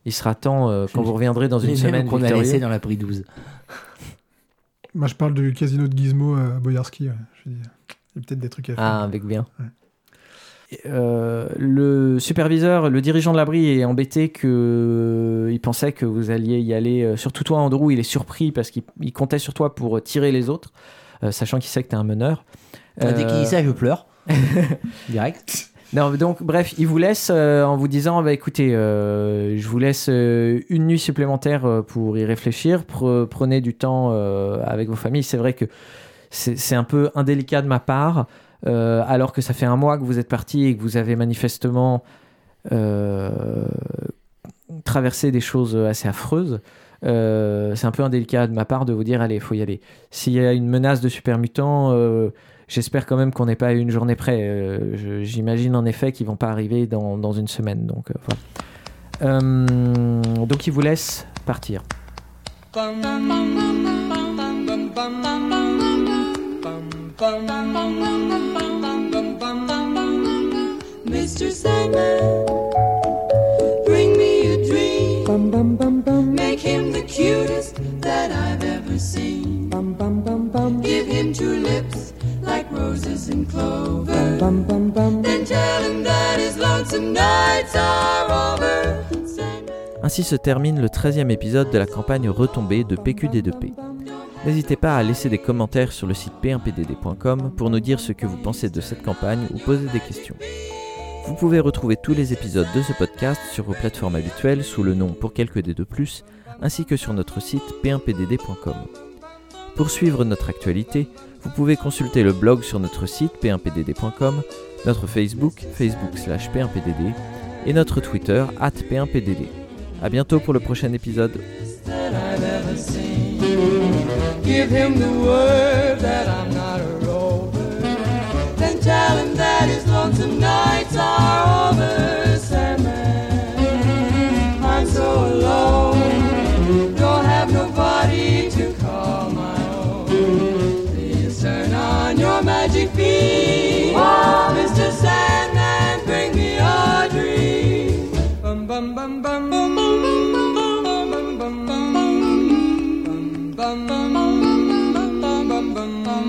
Speaker 3: Il sera temps, euh, quand
Speaker 4: Je-
Speaker 3: vous reviendrez dans une
Speaker 4: Les
Speaker 3: semaine,
Speaker 4: mêmes qu'on a
Speaker 3: victorieux.
Speaker 4: laissé dans la prix 12.
Speaker 5: Moi, je parle du casino de Gizmo à Boyarski. ouais. Je dis, il y a peut-être des trucs à faire.
Speaker 3: Ah, avec bien.
Speaker 5: Ouais.
Speaker 3: Euh, le superviseur, le dirigeant de l'abri est embêté que euh, il pensait que vous alliez y aller. euh, Surtout toi, Andrew, il est surpris parce qu'il il comptait sur toi pour euh, tirer les autres, euh, sachant qu'il sait que t'es un meneur.
Speaker 4: Dès qu'il
Speaker 3: Euh,
Speaker 4: dit ça, je pleure. Direct.
Speaker 3: non, donc bref, il vous laisse euh, en vous disant bah écoutez, euh, je vous laisse euh, une nuit supplémentaire euh, pour y réfléchir. Pre- prenez du temps euh, avec vos familles. C'est vrai que c'est c'est un peu indélicat de ma part, euh, alors que ça fait un mois que vous êtes parti et que vous avez manifestement euh, traversé des choses assez affreuses. Euh, c'est un peu indélicat de ma part de vous dire allez, faut y aller. S'il y a une menace de super mutants. euh, J'espère quand même qu'on n'est pas à une journée près. Euh, je- J'imagine en effet qu'ils vont pas arriver dans, dans une semaine. Donc, euh, voilà. Euh, donc ils vous laissent partir.
Speaker 8: Mr. Sandman, bring me a dream. Make him the cutest that I've ever seen. Give him two lips like roses and clover. Then tell him that his lonesome nights are over. Sandman.
Speaker 1: Ainsi se termine le 13e épisode de la campagne retombée de PQD2P. N'hésitez pas à laisser des commentaires sur le site p1pdd.com pour nous dire ce que vous pensez de cette campagne ou poser des questions. Vous pouvez retrouver tous les épisodes de ce podcast sur vos plateformes habituelles sous le nom Pour quelques dés de plus, ainsi que sur notre site p1pdd.com. Pour suivre notre actualité, vous pouvez consulter le blog sur notre site p1pdd.com, notre Facebook, Facebook slash p1pdd, et notre Twitter, at p1pdd. A bientôt pour le prochain épisode.
Speaker 8: that I've ever seen. Give him the word that I'm not a rover. Then tell him that his lonesome nights are over. Sandman, I'm so alone. Don't have nobody to call my own. Please turn on your magic beam. Oh, Mr. Sandman, bring me a dream. Bum bum bum bum bum bum bum bum bum bum bum bum bum bum bum bum.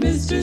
Speaker 8: Mr.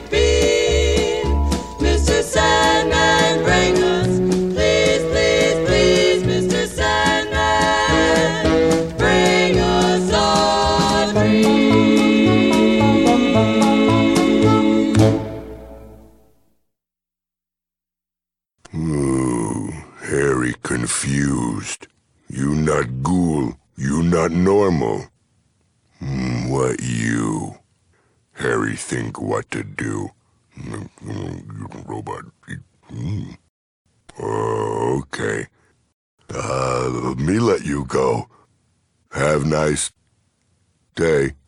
Speaker 8: beam, Mr. Sandman, bring us. Please, please, please, Mr. Sandman, bring us a dream.
Speaker 9: Moo, Harry confused. You not ghoul, you not normal. Mm, what you? Harry think what to do. Mm, mm, Robot. Mm. Oh, okay. Uh, me let you go. Have nice day.